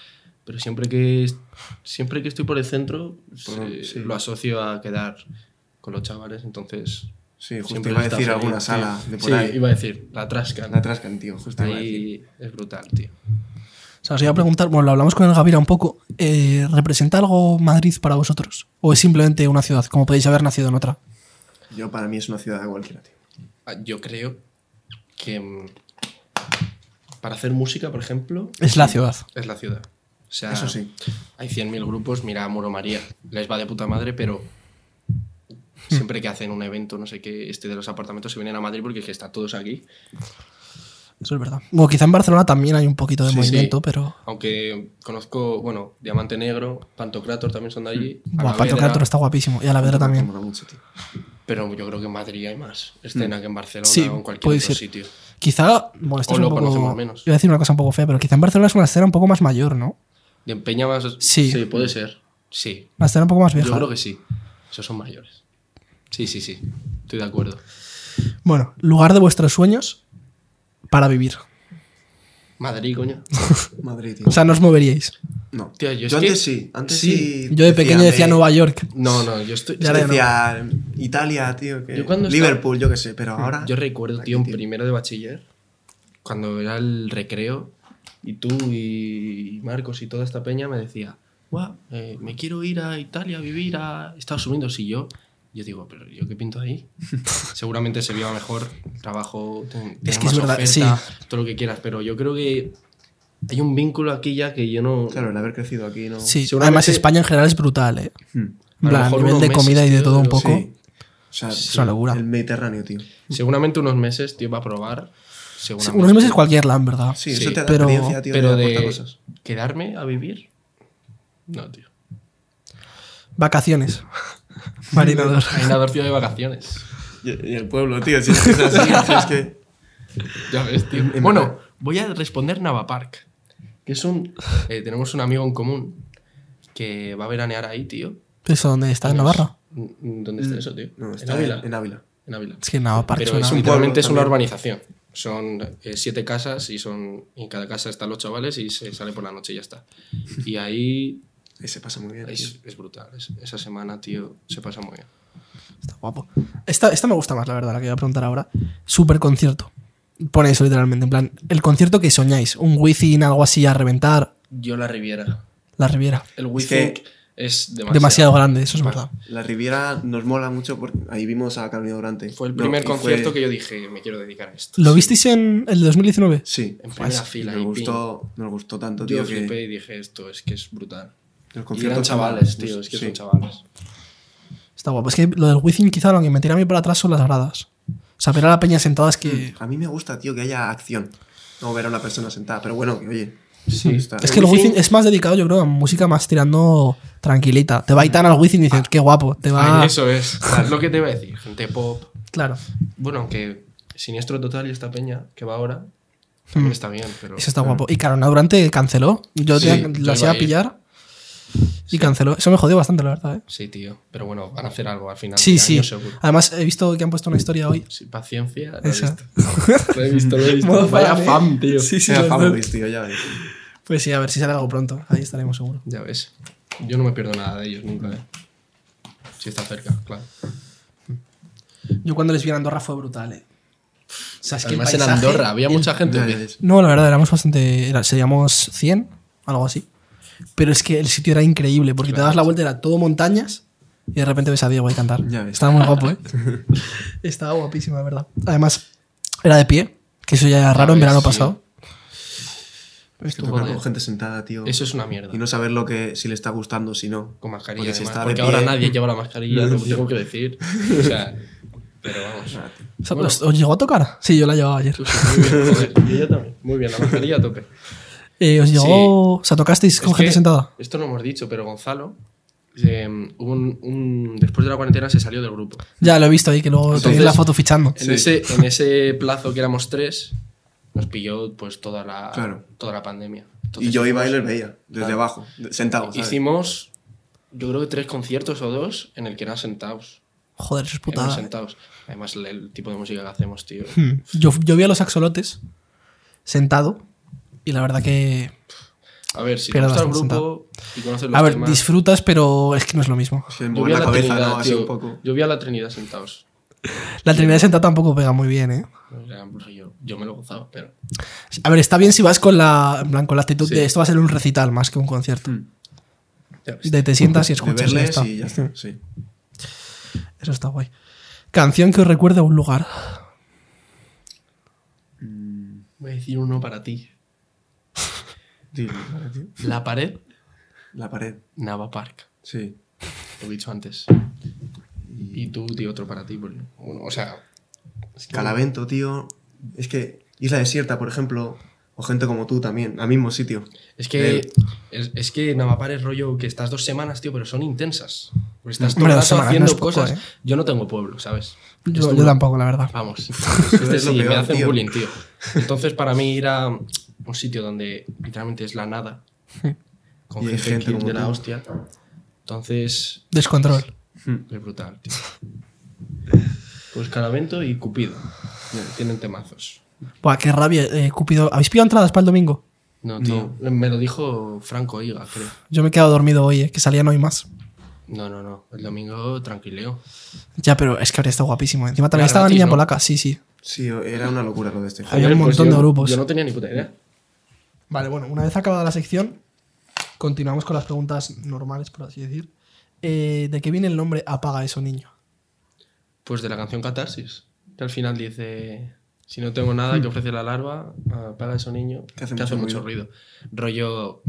Speaker 2: Pero siempre que, es- siempre que estoy por el centro, se-
Speaker 3: sí.
Speaker 2: lo asocio a quedar con los chavales. Entonces,
Speaker 3: sí, justo
Speaker 2: siempre
Speaker 3: iba a
Speaker 2: está
Speaker 3: decir
Speaker 2: feliz,
Speaker 3: alguna
Speaker 2: tío.
Speaker 3: sala de por
Speaker 2: sí,
Speaker 3: ahí.
Speaker 2: iba a decir, la trasca.
Speaker 3: La Trascan, tío, justo iba a decir.
Speaker 2: Ahí es brutal, tío.
Speaker 1: o sea, os iba a preguntar, bueno, lo hablamos con el Gavira un poco. eh, ¿Representa algo Madrid para vosotros? ¿O es simplemente una ciudad, como podéis haber nacido en otra?
Speaker 3: Yo para mí es una ciudad de cualquiera, tío.
Speaker 2: Ah, Yo creo que mm, para hacer música, por ejemplo,
Speaker 1: Es la ciudad.
Speaker 2: es la ciudad. O sea,
Speaker 3: Eso sí.
Speaker 2: hay 100.000 grupos, mira a Moro María, les va de puta madre, pero siempre que hacen un evento, no sé qué, este de los apartamentos se vienen a Madrid porque es que están todos aquí.
Speaker 1: Eso es verdad. Bueno, quizá en Barcelona también hay un poquito de
Speaker 2: Sí,
Speaker 1: movimiento,
Speaker 2: sí.
Speaker 1: pero.
Speaker 2: Aunque conozco, bueno, Diamante Negro, Pantocrator también son de allí.
Speaker 1: Mm. Buah,
Speaker 2: Alavedra,
Speaker 1: Pato Crator está guapísimo. Y a la Vedra
Speaker 3: Me
Speaker 1: también.
Speaker 3: mola mucho, tío.
Speaker 2: Pero yo creo que en Madrid hay más escena que en Barcelona
Speaker 1: Mm. Sí,
Speaker 2: o en cualquier
Speaker 1: puede
Speaker 2: otro
Speaker 1: ser.
Speaker 2: sitio.
Speaker 1: Quizá. Bueno, esto
Speaker 2: O
Speaker 1: es un
Speaker 2: lo
Speaker 1: poco.
Speaker 2: conocemos menos.
Speaker 1: Iba a decir una cosa un poco fea, pero quizá en Barcelona es una escena un poco más mayor, ¿no?
Speaker 2: ¿De Empeña más?
Speaker 1: Sí.
Speaker 2: puede ser. Sí,
Speaker 1: Una escena un poco más vieja.
Speaker 2: yo creo que sí. Esos son mayores. Sí, sí, sí. Estoy de acuerdo.
Speaker 1: Bueno, lugar de vuestros sueños para vivir.
Speaker 2: Madrid, coño.
Speaker 3: Madrid, tío.
Speaker 1: O sea, no os moveríais.
Speaker 3: No.
Speaker 2: Tío, yo es
Speaker 3: antes
Speaker 2: que-
Speaker 3: sí. Antes
Speaker 2: sí.
Speaker 3: sí.
Speaker 1: Yo de pequeño decía
Speaker 3: me-
Speaker 1: Nueva York.
Speaker 2: No, no, yo estoy.
Speaker 1: Ya
Speaker 3: Yo
Speaker 1: ahora no.
Speaker 3: decía Italia, tío. que-
Speaker 2: Yo cuando estaba-
Speaker 3: Liverpool, yo qué sé, pero
Speaker 1: Hmm,
Speaker 3: ahora.
Speaker 2: Yo recuerdo,
Speaker 3: Aquí,
Speaker 2: tío, en
Speaker 3: tío.
Speaker 2: primero de bachiller, cuando era el recreo, y tú y Marcos y toda esta peña me decía, guau, eh, me quiero ir a Italia a vivir a Estados Unidos. Y yo, yo digo, pero ¿yo qué pinto ahí? Seguramente se viva mejor, trabajo, ten-
Speaker 1: Es
Speaker 2: tienes
Speaker 1: que
Speaker 2: más
Speaker 1: es verdad,
Speaker 2: oferta,
Speaker 1: sí.
Speaker 2: todo lo que quieras, pero yo creo que hay un vínculo aquí ya que yo no...
Speaker 3: Claro, el haber crecido aquí, ¿no?
Speaker 1: Sí,
Speaker 2: seguramente-
Speaker 1: además España en general es brutal, ¿eh?
Speaker 3: Hmm.
Speaker 1: En
Speaker 2: A lo
Speaker 1: plan, a
Speaker 2: mejor
Speaker 1: nivel
Speaker 2: unos
Speaker 1: de
Speaker 2: meses,
Speaker 1: comida y de
Speaker 2: tío,
Speaker 1: todo un
Speaker 2: pero
Speaker 1: poco.
Speaker 3: Sí. O sea,
Speaker 1: Es una locura.
Speaker 3: El Mediterráneo, tío.
Speaker 2: Seguramente unos meses, tío, va a probar.
Speaker 1: Sí,
Speaker 2: seguramente.
Speaker 1: Unos meses cualquier LAN, ¿verdad?
Speaker 3: Sí,
Speaker 2: Sí,
Speaker 3: eso te da
Speaker 1: pero-
Speaker 3: experiencia, tío.
Speaker 2: pero
Speaker 3: te
Speaker 2: de
Speaker 3: aporta cosas.
Speaker 2: quedarme a vivir, no, tío.
Speaker 1: Vacaciones. Marinador.
Speaker 2: Hay una versión de vacaciones.
Speaker 3: Y, y el pueblo, tío. Si es que es así, si es que.
Speaker 2: Ya ves, tío.
Speaker 3: En- en
Speaker 2: Bueno,
Speaker 3: verdad.
Speaker 2: voy a responder Nava Park. Que es un. eh, tenemos un amigo en común que va a veranear ahí, tío.
Speaker 1: ¿Eso dónde está? ¿En
Speaker 2: Nos-
Speaker 1: Navarra?
Speaker 2: Mm, mm, ¿Dónde está eso, tío?
Speaker 3: No,
Speaker 2: en
Speaker 3: está
Speaker 2: Ávila.
Speaker 3: En Ávila.
Speaker 2: En Ávila.
Speaker 1: Es que Navarra Park
Speaker 2: Pero
Speaker 1: suena-
Speaker 2: es,
Speaker 3: un-
Speaker 2: literalmente es una
Speaker 3: también.
Speaker 2: urbanización. Son eh, siete casas y son y en cada casa están los chavales y se sale por la noche y ya está. Y ahí
Speaker 3: Ahí se pasa muy bien.
Speaker 2: es,
Speaker 3: tío.
Speaker 2: es brutal. Es- esa semana, tío, se pasa muy bien.
Speaker 1: Está guapo. Esta, esta me gusta más, la verdad, la que voy a preguntar ahora. Super concierto. Pone eso literalmente, en plan, el concierto que soñáis. Un Wizzing, algo así a reventar.
Speaker 2: Yo la Riviera.
Speaker 1: La Riviera.
Speaker 2: El
Speaker 3: Es
Speaker 2: Wizzing
Speaker 3: que-
Speaker 2: es demasiado.
Speaker 1: Demasiado grande, eso es verdad.
Speaker 3: La Riviera nos mola mucho porque ahí vimos a Carmen Durante.
Speaker 2: Fue el
Speaker 3: No,
Speaker 2: primer
Speaker 3: y
Speaker 2: concierto
Speaker 3: fue-
Speaker 2: que yo dije, me quiero dedicar a esto.
Speaker 1: ¿Lo visteis en el de 2019?
Speaker 3: Sí.
Speaker 2: En primera
Speaker 3: Y
Speaker 2: fila.
Speaker 3: Nos
Speaker 2: y
Speaker 3: gustó, nos gustó tanto,
Speaker 2: pin.
Speaker 3: tío.
Speaker 2: Yo
Speaker 3: que
Speaker 2: flipé y dije, esto es que es brutal. Y
Speaker 3: los
Speaker 2: eran
Speaker 3: conciertos
Speaker 2: chavales, tío, es que
Speaker 3: Pues sí.
Speaker 2: son chavales.
Speaker 1: Está guapo. Es que lo del Wizzing quizá lo que me tira a mí para atrás son las gradas. O sea, ver a la peña sentada es que...
Speaker 3: A mí me gusta, tío, que haya acción. No ver a una persona sentada, pero bueno, que, oye.
Speaker 2: Sí.
Speaker 3: está.
Speaker 1: Es que el Wizzing es más dedicado, yo creo, a música más tirando tranquilita. Te va a al Wizzing y dices, qué guapo. Te va...
Speaker 2: Ay, Ah, Eso es. Es lo que te iba a decir. Gente pop.
Speaker 1: Claro.
Speaker 2: Bueno, aunque Siniestro Total y esta peña que va ahora también está bien, pero.
Speaker 1: Mm. Eso está guapo. Y Carona Durante canceló. Yo
Speaker 2: Sí,
Speaker 1: tenía-
Speaker 2: yo
Speaker 1: las
Speaker 2: iba
Speaker 1: iba
Speaker 2: a
Speaker 1: a
Speaker 2: ir.
Speaker 1: pillar y canceló. Eso me jodió bastante, la verdad. ¿eh?
Speaker 2: Sí, tío. Pero bueno, van a hacer algo al final.
Speaker 1: Sí,
Speaker 2: del
Speaker 1: sí.
Speaker 2: año seguro.
Speaker 1: Además, he visto que han puesto una historia hoy.
Speaker 2: Sí, paciencia. Lo he
Speaker 1: Esa.
Speaker 2: visto. Lo he visto, lo he visto.
Speaker 1: Modo
Speaker 2: Vaya
Speaker 1: fan, ¿eh?
Speaker 2: fan, tío.
Speaker 1: Sí, sí,
Speaker 3: Sea
Speaker 1: lo-
Speaker 3: fanboys, tío, ya ves.
Speaker 1: Pues sí, a ver si sale algo pronto. Ahí estaremos seguro.
Speaker 2: Ya ves. Yo no me pierdo nada de ellos nunca, ¿eh? Si está cerca, claro.
Speaker 1: Yo cuando les vi en Andorra fue brutal, ¿eh? O sea, es que el
Speaker 2: Además, en
Speaker 1: paisaje-
Speaker 2: Andorra había mucha gente.
Speaker 3: Ya
Speaker 2: que-
Speaker 3: ves.
Speaker 1: No, la verdad, éramos bastante. Era, seríamos 100, algo así. Pero es que el sitio era increíble, porque te das la vuelta, era todo montañas, y de repente ves a Diego ahí cantar.
Speaker 3: Ya ves.
Speaker 1: Estaba muy guapo, ¿eh? Estaba guapísima, la verdad. Además, era de pie, que eso ya era raro en
Speaker 2: ves,
Speaker 1: verano
Speaker 2: sí.
Speaker 1: pasado.
Speaker 3: Que tocar
Speaker 2: Joder.
Speaker 3: con gente sentada, tío.
Speaker 2: Eso es una mierda.
Speaker 3: Y no saber lo que si le está gustando, si no.
Speaker 2: Con mascarilla,
Speaker 3: Porque
Speaker 2: porque,
Speaker 3: si está de
Speaker 2: porque
Speaker 3: pie-
Speaker 2: ahora nadie lleva la mascarilla, lo tengo que decir. O sea, pero vamos.
Speaker 3: Ah.
Speaker 1: O sea, ¿os, os llegó a tocar? Sí, yo la llevaba ayer.
Speaker 2: Tú sí, muy bien, joder. Y ella también. Muy bien, la mascarilla a tope.
Speaker 1: Eh, ¿Os llegó.
Speaker 2: Sí.
Speaker 1: O sea, tocasteis con
Speaker 2: Es
Speaker 1: gente
Speaker 2: que
Speaker 1: sentada?
Speaker 2: Esto no hemos dicho, pero Gonzalo, eh, hubo un- un- después de la cuarentena, se salió del grupo.
Speaker 1: Ya lo he visto ahí, que luego
Speaker 2: Entonces-
Speaker 1: tenéis la foto fichando.
Speaker 2: En,
Speaker 3: Sí.
Speaker 2: ese, en ese plazo que éramos tres, nos pilló pues toda la,
Speaker 3: Claro.
Speaker 2: toda la pandemia.
Speaker 3: y
Speaker 2: Entonces,
Speaker 3: yo iba y les veía, desde
Speaker 2: Claro.
Speaker 3: abajo, de- sentado. ¿sabes?
Speaker 2: Hicimos, yo creo que tres conciertos o dos en el que eran sentados.
Speaker 1: Joder, eso es
Speaker 2: Eran
Speaker 1: putada.
Speaker 2: sentados. Además, el, el tipo de música que hacemos, tío.
Speaker 1: Hmm. Yo, yo vi a los axolotes sentado, y la verdad que
Speaker 2: A ver, si te
Speaker 1: Pierdas
Speaker 2: gusta el
Speaker 1: un
Speaker 2: grupo y conoces los
Speaker 1: A ver,
Speaker 2: temas-
Speaker 1: disfrutas, pero es que no es lo mismo.
Speaker 3: Se
Speaker 2: Yo vi
Speaker 3: movió
Speaker 2: a
Speaker 3: la cabeza,
Speaker 2: Trinidad,
Speaker 3: ¿no? Así
Speaker 2: tío.
Speaker 3: un poco.
Speaker 2: Yo vi a la Trinidad sentados.
Speaker 1: La Trinidad sentada tampoco pega muy bien, ¿eh?
Speaker 2: Era un rollo- Yo me lo gozaba, pero.
Speaker 1: A ver, está bien si vas con la, en plan, con la actitud
Speaker 2: Sí.
Speaker 1: de esto va a ser un recital más que un concierto.
Speaker 2: ya ves.
Speaker 1: De te sientas y
Speaker 3: De
Speaker 1: escuchas. ya
Speaker 3: verles
Speaker 1: está.
Speaker 3: y ya está. Sí.
Speaker 1: Eso está guay. Canción que os recuerda a un lugar.
Speaker 2: Voy a decir uno para ti.
Speaker 3: Tío, vale, tío.
Speaker 2: La pared,
Speaker 3: La pared.
Speaker 2: Nava Park.
Speaker 3: Sí.
Speaker 2: Lo he dicho antes. Y tú, tío, otro para ti. porque- bueno, o sea. es que-
Speaker 3: Calavento, tío. Es que Isla Desierta, por ejemplo, o gente como tú también, al mismo sitio.
Speaker 2: Es que,
Speaker 3: Él.
Speaker 2: es, es que Navapar es rollo que estás dos semanas, tío, pero son intensas. Porque estás todo
Speaker 1: Hombre,
Speaker 2: el
Speaker 1: dos
Speaker 2: rato
Speaker 1: semanas no
Speaker 2: haciendo
Speaker 1: es poco,
Speaker 2: cosas.
Speaker 1: ¿eh?
Speaker 2: Yo no tengo pueblo, ¿sabes? Es
Speaker 1: Yo, yo
Speaker 2: duro.
Speaker 1: tampoco, la verdad.
Speaker 2: Vamos.
Speaker 3: es
Speaker 2: Este
Speaker 3: lo
Speaker 2: sí, me
Speaker 3: peor,
Speaker 2: hacen
Speaker 3: tío.
Speaker 2: bullying, tío. Entonces, para mí, ir a un sitio donde literalmente es la nada, con
Speaker 3: Y hay
Speaker 2: gente,
Speaker 3: gente
Speaker 2: aquí
Speaker 3: como
Speaker 2: de la
Speaker 3: tú.
Speaker 2: hostia. Entonces,
Speaker 1: Descontrol.
Speaker 2: es brutal, tío. Pues Calavento y Cupido. Tienen temazos.
Speaker 1: Buah, qué rabia. eh, Cupido, ¿habéis pillado entradas para el domingo?
Speaker 2: No, tío. Me lo dijo Franco Higa, creo.
Speaker 1: Yo me he quedado dormido hoy, eh, que salían hoy más.
Speaker 2: No, no, no. El domingo tranquileo.
Speaker 1: Ya, pero es que habría estado guapísimo. Encima también
Speaker 2: Era
Speaker 1: estaba
Speaker 2: gratis,
Speaker 1: Niña
Speaker 2: ¿no?
Speaker 1: Polaca, sí, sí.
Speaker 3: Sí, era una locura lo de este.
Speaker 1: Había un
Speaker 2: Joder, pues
Speaker 1: montón
Speaker 2: yo-
Speaker 1: de grupos.
Speaker 2: Yo no tenía ni puta idea.
Speaker 1: Vale, bueno, una vez acabada la sección, continuamos con las preguntas normales, por así decir. Eh, ¿De qué viene el nombre Apaga eso, niño?
Speaker 2: Pues de la canción Catarsis. Que al final dice: Si no tengo nada que ofrecer a la larva, apaga eso niño.
Speaker 3: Que hace
Speaker 2: que hace
Speaker 3: mucho
Speaker 2: mucho ruido. Rollo.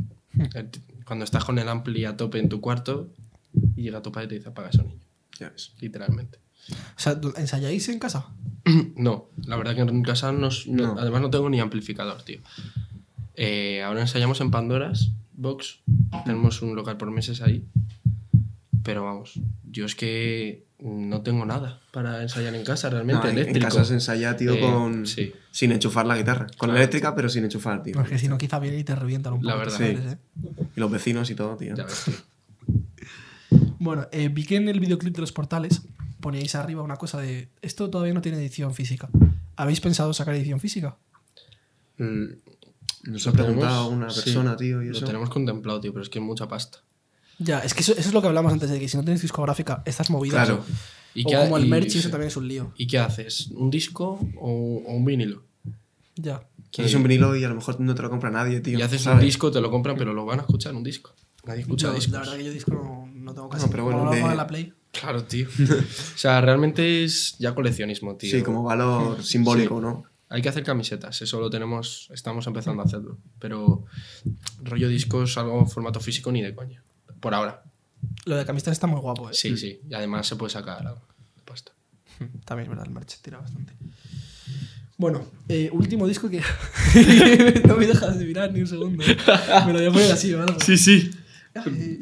Speaker 2: el t- Cuando estás con el ampli a tope en tu cuarto y llega tu padre y te dice: Apaga eso niño.
Speaker 3: Ya ves.
Speaker 2: Literalmente.
Speaker 1: O sea, ¿ensayáis en casa?
Speaker 2: No, la verdad que en casa no, s- no-
Speaker 3: No.
Speaker 2: además no tengo ni amplificador, tío. Eh, ahora ensayamos en Pandora's Box. Tenemos un local por meses ahí. Pero vamos, yo es que no tengo nada para ensayar en casa, realmente.
Speaker 3: No, en, en
Speaker 2: eléctrico.
Speaker 3: casa se ensaya, tío,
Speaker 2: Eh,
Speaker 3: con...
Speaker 2: sí.
Speaker 3: sin enchufar la guitarra. Con
Speaker 2: Claro.
Speaker 3: eléctrica, pero sin enchufar, tío.
Speaker 1: Porque si no, quizá vienen y te revientan un poco.
Speaker 2: La verdad.
Speaker 1: tus padres,
Speaker 3: Sí.
Speaker 1: ¿eh?
Speaker 3: Y los vecinos y todo, tío.
Speaker 2: Ya ves, tío.
Speaker 1: Bueno, eh, vi que en el videoclip de los portales poníais arriba una cosa de. Esto todavía no tiene edición física. ¿Habéis pensado sacar edición física?
Speaker 2: Mm,
Speaker 3: Nos
Speaker 2: lo
Speaker 3: ha preguntado
Speaker 2: tenemos-
Speaker 3: una
Speaker 2: sí,
Speaker 3: persona, tío, y
Speaker 2: Lo
Speaker 3: eso.
Speaker 2: tenemos contemplado, tío, pero es que es mucha pasta.
Speaker 1: Ya, es que eso, eso es lo que hablamos antes de que si no tenéis discográfica, estas movidas.
Speaker 3: Claro.
Speaker 2: ¿Y
Speaker 1: o
Speaker 2: qué ha-
Speaker 1: como el
Speaker 2: y-
Speaker 1: merch, y eso
Speaker 2: sí.
Speaker 1: también es un lío.
Speaker 2: ¿Y qué haces? ¿Un disco o, o un vinilo?
Speaker 1: Ya.
Speaker 2: Que-
Speaker 3: Es un vinilo y a lo mejor no te lo compra nadie, tío.
Speaker 2: y haces un
Speaker 3: ¿sabes?
Speaker 2: disco, te lo compran, pero lo van a escuchar un disco. Nadie escucha
Speaker 1: Yo,
Speaker 2: discos.
Speaker 1: la verdad que yo disco no, no tengo casi.
Speaker 3: No, pero bueno,
Speaker 1: Como hablaba
Speaker 3: de-
Speaker 1: la Play.
Speaker 2: Claro, tío. o sea, realmente es ya coleccionismo, tío.
Speaker 3: Sí, como valor simbólico,
Speaker 2: Sí.
Speaker 3: ¿no?
Speaker 2: Hay que hacer camisetas, eso lo tenemos, estamos empezando a hacerlo. Pero rollo discos, algo en formato físico ni de coña. Por ahora.
Speaker 1: Lo de camistas está muy guapo, ¿eh?
Speaker 2: Sí, sí. Y además se puede sacar la la pasta.
Speaker 1: También es verdad, el merch tira bastante. Bueno, eh, último disco que. no me dejas de mirar ni un segundo. ¿eh? Me lo voy a poner así o algo.
Speaker 2: sí.
Speaker 1: eh,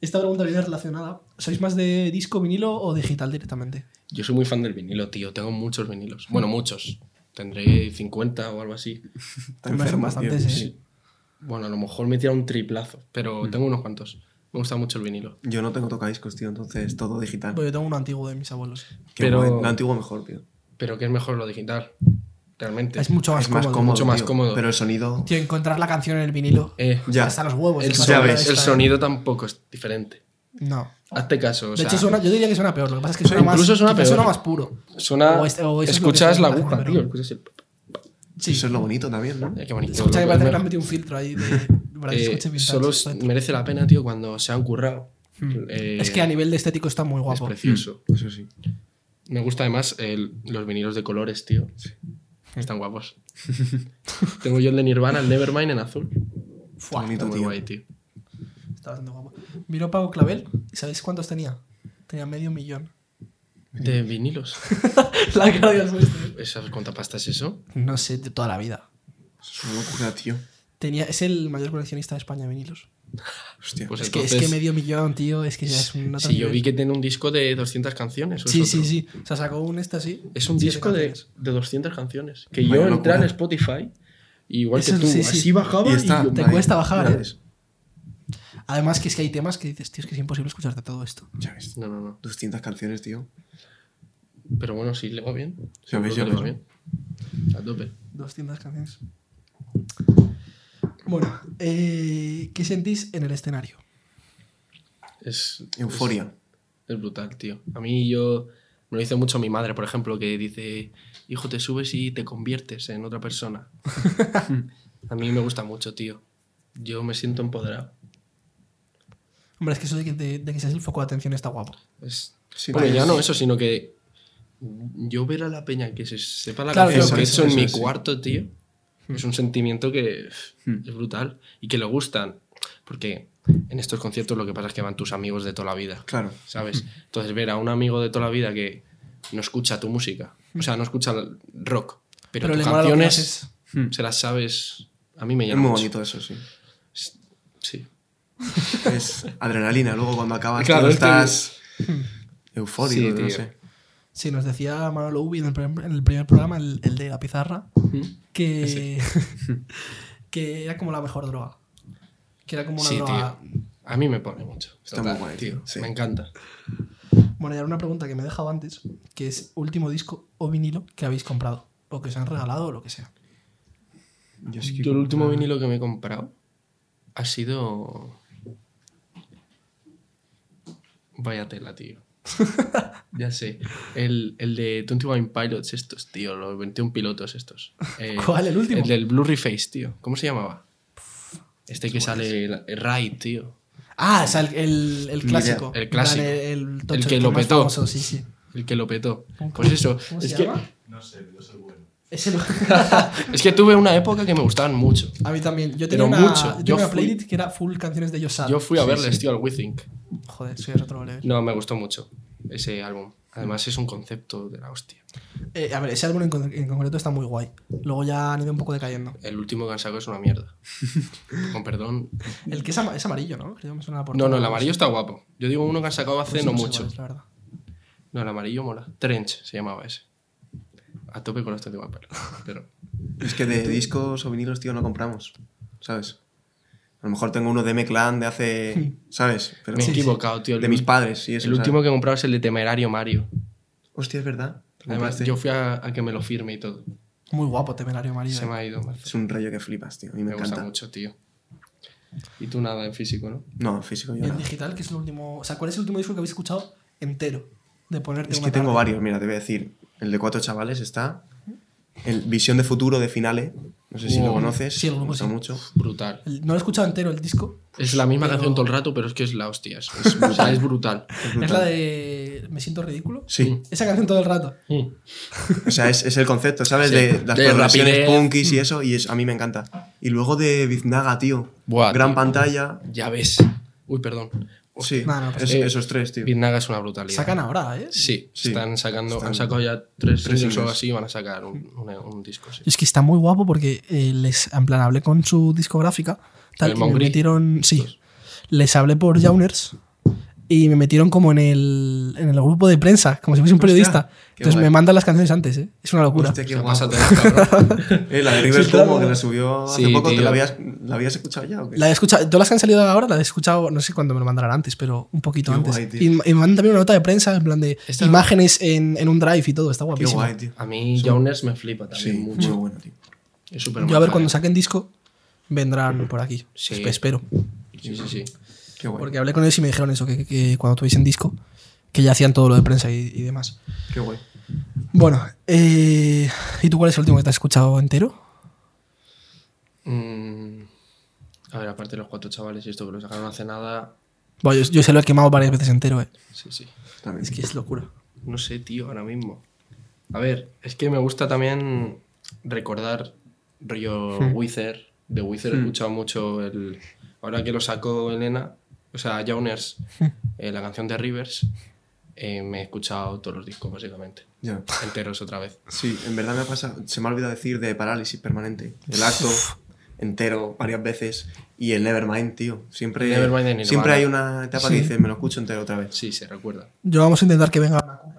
Speaker 1: Esta pregunta viene relacionada. ¿Sois más de disco, vinilo o digital directamente?
Speaker 2: Yo soy muy fan del vinilo, tío. Tengo muchos vinilos. Bueno, muchos. Tendré 50 o algo así.
Speaker 3: Está
Speaker 1: Me
Speaker 3: enfermo,
Speaker 1: hacen
Speaker 3: tío.
Speaker 1: bastantes, ¿eh?
Speaker 2: Sí. Bueno, a lo mejor me tira un triplazo,
Speaker 1: Mm.
Speaker 2: pero tengo unos cuantos. Me gusta mucho el vinilo.
Speaker 3: Yo no tengo tocadiscos, tío, entonces todo digital.
Speaker 1: Pues yo tengo uno antiguo de mis abuelos.
Speaker 3: Qué
Speaker 2: pero-
Speaker 3: guay. Lo antiguo mejor, tío.
Speaker 2: Pero que es mejor lo digital. Realmente.
Speaker 1: Es mucho más
Speaker 3: es más
Speaker 1: cómodo.
Speaker 3: cómodo,
Speaker 2: mucho más
Speaker 3: tío,
Speaker 2: cómodo.
Speaker 3: Pero el sonido.
Speaker 1: Tío, encontrar la canción en el vinilo.
Speaker 2: Eh,
Speaker 3: Ya.
Speaker 1: Hasta los huevos.
Speaker 2: el,
Speaker 1: es más
Speaker 2: sonido,
Speaker 1: rara
Speaker 3: ves,
Speaker 1: esta,
Speaker 2: el
Speaker 1: ¿eh?
Speaker 2: sonido tampoco es diferente.
Speaker 1: No.
Speaker 2: Hazte caso. o
Speaker 1: De
Speaker 2: sea,
Speaker 1: hecho, suena- yo diría que suena peor. Lo que pasa es que suena más.
Speaker 2: Incluso suena
Speaker 1: quizás
Speaker 2: peor.
Speaker 1: suena más puro.
Speaker 2: suena-
Speaker 1: o es- o eso es lo que
Speaker 2: escuchas
Speaker 1: suena
Speaker 2: la
Speaker 1: la
Speaker 2: aguja,
Speaker 1: gente,
Speaker 2: tío.
Speaker 1: pero-
Speaker 2: Escuchas el...
Speaker 1: Sí.
Speaker 3: Eso es lo bonito también, ¿no?
Speaker 2: Eh, qué bonito.
Speaker 1: Se escucha que
Speaker 2: lo
Speaker 1: parece que
Speaker 2: primero.
Speaker 1: le han metido un filtro ahí de, para que se
Speaker 2: Eh,
Speaker 1: escuche vintage,
Speaker 2: solo s-
Speaker 1: ¿sabes?
Speaker 2: merece la pena, tío, cuando se han currado. Eh,
Speaker 1: Hmm. es que a nivel de estético está muy
Speaker 2: es
Speaker 1: guapo.
Speaker 2: precioso.
Speaker 3: Eso sí.
Speaker 2: Me gusta además el- los vinilos de colores, tío. Están guapos. Tengo yo el de Nirvana, el Nevermind en azul.
Speaker 1: Fuah,
Speaker 3: bonito.
Speaker 2: Está muy
Speaker 3: tío.
Speaker 2: guay, tío.
Speaker 1: está bastante guapo. Miró Pago Clavel y ¿sabéis cuántos tenía? Tenía medio millón.
Speaker 2: De vinilos.
Speaker 1: la cara de Alfonso.
Speaker 2: ¿Esas cuánta pasta es eso?
Speaker 1: No sé, de toda la vida.
Speaker 3: Es una locura, tío.
Speaker 1: Tenía, es el mayor coleccionista de España de vinilos.
Speaker 3: Hostia.
Speaker 2: Pues
Speaker 1: es, que, es que medio millón, tío. Es que ya es un otro
Speaker 2: Si yo vi
Speaker 1: nivel.
Speaker 2: que tiene un disco de 200 canciones. o es
Speaker 1: Sí,
Speaker 2: otro.
Speaker 1: sí, sí. O sea, sacó un este así.
Speaker 2: Es un
Speaker 1: siete
Speaker 2: disco de,
Speaker 1: canciones.
Speaker 2: de 200 canciones. Que
Speaker 3: Vaya
Speaker 2: yo entré
Speaker 3: locura.
Speaker 2: en Spotify, igual
Speaker 1: Eso
Speaker 2: que tú,
Speaker 1: sí, sí.
Speaker 2: así bajaba y,
Speaker 3: Y está,
Speaker 2: yo-
Speaker 1: te
Speaker 3: ahí,
Speaker 1: cuesta bajar,
Speaker 3: ya
Speaker 1: ¿eh?
Speaker 3: ves,
Speaker 1: Además, que es que hay temas que dices, tío, es que es imposible escucharte todo esto.
Speaker 3: Ya ves.
Speaker 2: No, no, no.
Speaker 3: 200 canciones, tío.
Speaker 2: Pero bueno, sí, le va bien.
Speaker 3: Ya
Speaker 2: Seguro
Speaker 3: ves,
Speaker 2: que
Speaker 3: ya
Speaker 2: le
Speaker 3: ves.
Speaker 2: va bien. A tope.
Speaker 1: 200 canciones. Bueno, eh, ¿qué sentís en el escenario?
Speaker 2: Es,
Speaker 3: Euforia.
Speaker 2: Es brutal, tío. A mí yo me lo dice mucho mi madre, por ejemplo, que dice, hijo, te subes y te conviertes en otra persona. a mí me gusta mucho, tío. Yo me siento empoderado.
Speaker 1: Hombre, es que eso de que, te- de que seas el foco de atención está guapo.
Speaker 2: Es...
Speaker 3: Sí,
Speaker 2: Bueno,
Speaker 3: tío.
Speaker 2: Pues ya no eso, sino que yo ver a la peña que se sepa la
Speaker 1: Claro,
Speaker 2: canción
Speaker 1: eso,
Speaker 2: que he hecho
Speaker 3: eso,
Speaker 2: en
Speaker 3: eso,
Speaker 2: mi
Speaker 3: sí. Hmm.
Speaker 2: cuarto, tío, es un sentimiento que pff, es brutal y que le gustan. Porque en estos conciertos lo que pasa es que van tus amigos de toda la vida.
Speaker 3: Claro.
Speaker 2: ¿sabes? Entonces, ver a un amigo de toda la vida que no escucha tu música, o sea, no escucha el rock, pero,
Speaker 1: Pero le
Speaker 2: tus
Speaker 1: mola lo que
Speaker 2: canciones
Speaker 1: haces.
Speaker 2: se las sabes. A mí me
Speaker 3: Es
Speaker 2: llama
Speaker 3: muy
Speaker 2: mucho.
Speaker 3: bonito eso, sí.
Speaker 2: Sí.
Speaker 3: Es adrenalina. Luego cuando acabas,
Speaker 2: Claro,
Speaker 3: tío,
Speaker 2: es que-
Speaker 3: estás eufórico,
Speaker 2: Sí,
Speaker 3: no
Speaker 2: tío.
Speaker 3: sé.
Speaker 1: Sí, nos decía Manolo Ubi en el, primer- en el primer programa, el, el de la pizarra, que, que era como la mejor droga. Que era como una
Speaker 2: Sí,
Speaker 1: droga.
Speaker 2: tío. A mí me pone mucho.
Speaker 3: Está muy guay,
Speaker 2: tío.
Speaker 3: sí.
Speaker 2: Me encanta.
Speaker 1: Bueno, y ahora una pregunta que me he dejado antes, que es último disco o vinilo que habéis comprado, o que os han regalado, o lo que sea.
Speaker 3: Yo es que-
Speaker 2: Yo el último vinilo que me he comprado ha sido. Vaya tela, tío. ya sé. El, el de 21 Pilots, estos, tío. Los 21 pilotos, estos. Eh,
Speaker 1: ¿Cuál, el último?
Speaker 2: El del Blue Reface, tío. ¿Cómo se llamaba? Este que sale. la- el Raid, tío.
Speaker 1: Ah, o sea, el, el- el
Speaker 3: Ni
Speaker 1: clásico.
Speaker 2: idea. El clásico.
Speaker 1: En plan, El, tocho,
Speaker 2: El que lo
Speaker 1: más
Speaker 2: petó.
Speaker 1: famoso, sí, sí.
Speaker 2: El que lo petó. Pues eso.
Speaker 1: ¿Cómo
Speaker 2: es
Speaker 1: se
Speaker 2: que,
Speaker 1: llama?
Speaker 4: No sé, pero soy bueno.
Speaker 1: Es el-
Speaker 2: Es que tuve una época que me gustaban mucho.
Speaker 1: a mí también. Yo tenía
Speaker 2: Pero
Speaker 1: una,
Speaker 2: mucho.
Speaker 1: Yo
Speaker 2: Yo
Speaker 1: tenía una
Speaker 2: fui-
Speaker 1: playlist que era full canciones de ellos
Speaker 2: Yo fui a verles, tío, al WeThink.
Speaker 1: Joder, soy otro level.
Speaker 2: No, me gustó mucho ese álbum. Además, es un concepto de la hostia.
Speaker 1: Eh, a ver, ese álbum en, con- en concreto está muy guay. Luego ya han ido un poco decayendo.
Speaker 2: El último que han sacado es una mierda. Con perdón.
Speaker 1: El que es, ama- es amarillo, ¿no? Creo que me suena la portada.
Speaker 2: No, no, el amarillo está guapo. Yo digo uno que han sacado hace
Speaker 1: Pues
Speaker 2: no
Speaker 1: sé
Speaker 2: mucho.
Speaker 1: cuál es, la verdad.
Speaker 2: No, el amarillo mola. Trench se llamaba ese. A tope con los 21 Pilots. Pero
Speaker 3: Es que de discos o vinilos, tío, no compramos. ¿Sabes? A lo mejor tengo uno de M-Clan de hace. ¿Sabes? Pero
Speaker 2: me he
Speaker 1: Sí, sí.
Speaker 2: equivocado, tío. El,
Speaker 3: de mis padres y eso.
Speaker 2: el
Speaker 3: ¿sabes?
Speaker 2: último que he comprado es el de Temerario Mario.
Speaker 3: Hostia, es verdad. ¿Lo
Speaker 2: Además,
Speaker 3: compraste?
Speaker 2: yo fui a, a que me lo firme y todo.
Speaker 1: Muy guapo, temerario amarillo.
Speaker 2: Se
Speaker 1: eh.
Speaker 2: me ha ido. Me,
Speaker 3: Es un rayo que flipas, tío. A mí me,
Speaker 2: me gusta
Speaker 3: encanta.
Speaker 2: mucho, tío. Y tú nada en físico, ¿no?
Speaker 3: No, físico
Speaker 1: Y
Speaker 3: yo
Speaker 1: el
Speaker 3: nada.
Speaker 1: digital, que es el último. O sea, ¿cuál es el último disco que habéis escuchado entero? De ponerte
Speaker 3: Es
Speaker 1: una
Speaker 3: que tengo
Speaker 1: tarde?
Speaker 3: varios, mira, te voy a decir. El de cuatro chavales está. El Visión de Futuro de Finale. No sé si
Speaker 2: Wow.
Speaker 3: lo conoces.
Speaker 1: Sí, lo
Speaker 3: me gusta
Speaker 1: conozco,
Speaker 3: mucho.
Speaker 2: Brutal.
Speaker 1: El- No lo he escuchado entero el disco.
Speaker 2: Es la misma
Speaker 1: Pero-
Speaker 2: canción todo el rato, pero es que es la hostia. Es, es brutal. es brutal.
Speaker 1: Es la
Speaker 3: brutal.
Speaker 1: de. Me siento ridículo.
Speaker 3: Sí,
Speaker 1: Esa canción todo el rato.
Speaker 2: Mm.
Speaker 3: o sea, es, es el concepto, ¿sabes?
Speaker 2: Sí.
Speaker 3: De las
Speaker 2: De
Speaker 3: progresiones
Speaker 2: rapidez.
Speaker 3: punkis y eso, y es, a mí me encanta. Y luego de Biznaga, tío.
Speaker 2: Buah,
Speaker 3: Gran
Speaker 2: tío.
Speaker 3: pantalla.
Speaker 2: Ya ves. Uy, perdón.
Speaker 3: Sí,
Speaker 1: No, no, pues-
Speaker 3: es-
Speaker 2: Eh,
Speaker 3: esos tres, tío.
Speaker 2: Biznaga es una brutalidad.
Speaker 1: Sacan ahora, ¿eh?
Speaker 2: Sí,
Speaker 3: Sí,
Speaker 2: están sacando,
Speaker 3: están-
Speaker 2: han sacado ya tres,
Speaker 3: tres
Speaker 2: singles o algo
Speaker 3: singles.
Speaker 2: así y van a sacar un, un- un disco. sí.
Speaker 1: Y Es que está muy guapo porque eh, les, en plan, hablé con su discográfica. Tal, y
Speaker 2: El Pues.
Speaker 1: me
Speaker 2: Mongri.
Speaker 1: metieron. Sí.
Speaker 2: Estos.
Speaker 1: Les hablé por Jauners y me metieron como en el, en el grupo de prensa, como si fuese un
Speaker 3: Hostia,
Speaker 1: periodista.
Speaker 3: qué
Speaker 1: Entonces
Speaker 3: guay.
Speaker 1: me mandan las canciones antes, ¿eh? Es una locura.
Speaker 3: Hostia, qué
Speaker 2: O sea,
Speaker 3: guapo.
Speaker 2: pásatela, cabrón.
Speaker 3: Eh, la de River
Speaker 1: Sí,
Speaker 3: Cuomo,
Speaker 1: claro.
Speaker 3: que la subió hace
Speaker 2: Sí,
Speaker 3: poco, ¿te
Speaker 2: tío.
Speaker 3: la habías, la habías escuchado ya o qué?
Speaker 1: La he escuchado, todas las que han salido ahora las he escuchado, no sé cuándo me lo mandarán antes, pero un poquito
Speaker 3: Qué
Speaker 1: antes.
Speaker 3: guay, tío.
Speaker 1: y, y me mandan también una nota de prensa, en plan de
Speaker 2: Esta-
Speaker 1: imágenes en, en un drive y todo, está
Speaker 3: Qué
Speaker 1: guapísimo.
Speaker 3: guay, tío.
Speaker 2: A mí Jauners me flipa
Speaker 3: Sí,
Speaker 2: también
Speaker 3: muy
Speaker 2: mucho.
Speaker 3: bueno, tío.
Speaker 2: Es súper
Speaker 1: Yo a ver
Speaker 2: majada.
Speaker 1: cuando saquen disco vendrán por aquí.
Speaker 2: Sí.
Speaker 1: Espe- Espero.
Speaker 2: Sí, sí, sí.
Speaker 3: Qué guay.
Speaker 1: Porque hablé con ellos y me dijeron eso, que, que- que cuando tuviesen disco, que ya hacían todo lo de prensa y, y demás.
Speaker 3: Qué guay.
Speaker 1: Bueno, eh, ¿y tú cuál es el último que te has escuchado entero?
Speaker 2: Mm, a ver, aparte de los cuatro chavales y esto que lo sacaron hace nada.
Speaker 1: Bueno, yo, yo se lo he quemado varias veces entero, eh.
Speaker 2: Sí, sí.
Speaker 3: También.
Speaker 1: Es que es locura.
Speaker 2: No sé, tío, ahora mismo. A ver, es que me gusta también recordar rollo
Speaker 1: Hmm.
Speaker 2: Wither. De Wither he escuchado mucho el. Ahora que lo sacó Elena, o sea, Jauners,
Speaker 1: Hmm.
Speaker 2: eh, la canción de Rivers, eh, me he escuchado todos los discos, básicamente.
Speaker 3: Ya.
Speaker 2: Enteros otra vez.
Speaker 3: Sí, en verdad me ha pasado, se me ha olvidado decir de parálisis permanente. El acto entero varias veces y el Nevermind, tío. Siempre,
Speaker 2: Nevermind de Nirvana.
Speaker 3: siempre hay una etapa
Speaker 1: Sí.
Speaker 3: que dices, me lo escucho entero otra vez.
Speaker 2: Sí, se recuerda.
Speaker 1: Yo vamos a intentar que venga una cura.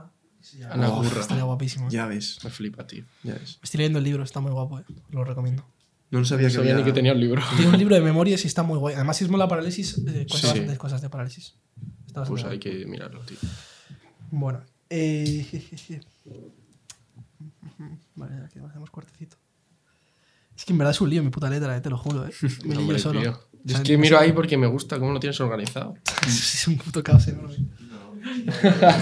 Speaker 2: Ana
Speaker 3: Oh,
Speaker 2: Curra.
Speaker 1: Estaría guapísimo. eh.
Speaker 3: Ya ves,
Speaker 2: Me flipa, tío.
Speaker 3: ya ves.
Speaker 1: Estoy leyendo el libro, está muy guapo, eh. Lo recomiendo.
Speaker 3: No lo sabía
Speaker 2: No
Speaker 3: que
Speaker 2: sabía ni
Speaker 3: había-
Speaker 2: que tenía el libro.
Speaker 1: Tiene un libro de memorias y está muy guay. Además, Sismo la parálisis eh, cuenta
Speaker 2: Sí.
Speaker 1: bastantes cosas de parálisis. Está bastante
Speaker 2: Pues
Speaker 1: guay.
Speaker 2: hay que mirarlo, tío.
Speaker 1: Bueno. eh, jejeje. vale, aquí hacemos cortecito. Es que en verdad es un lío mi puta letra, eh, te lo juro, eh. Me lío
Speaker 2: Hombre,
Speaker 1: yo solo.
Speaker 2: tío.
Speaker 1: O
Speaker 2: Yo
Speaker 1: sea,
Speaker 2: es que
Speaker 1: no
Speaker 2: miro
Speaker 1: sé-
Speaker 2: ahí porque me gusta cómo lo tienes organizado.
Speaker 1: es un puto caos enorme.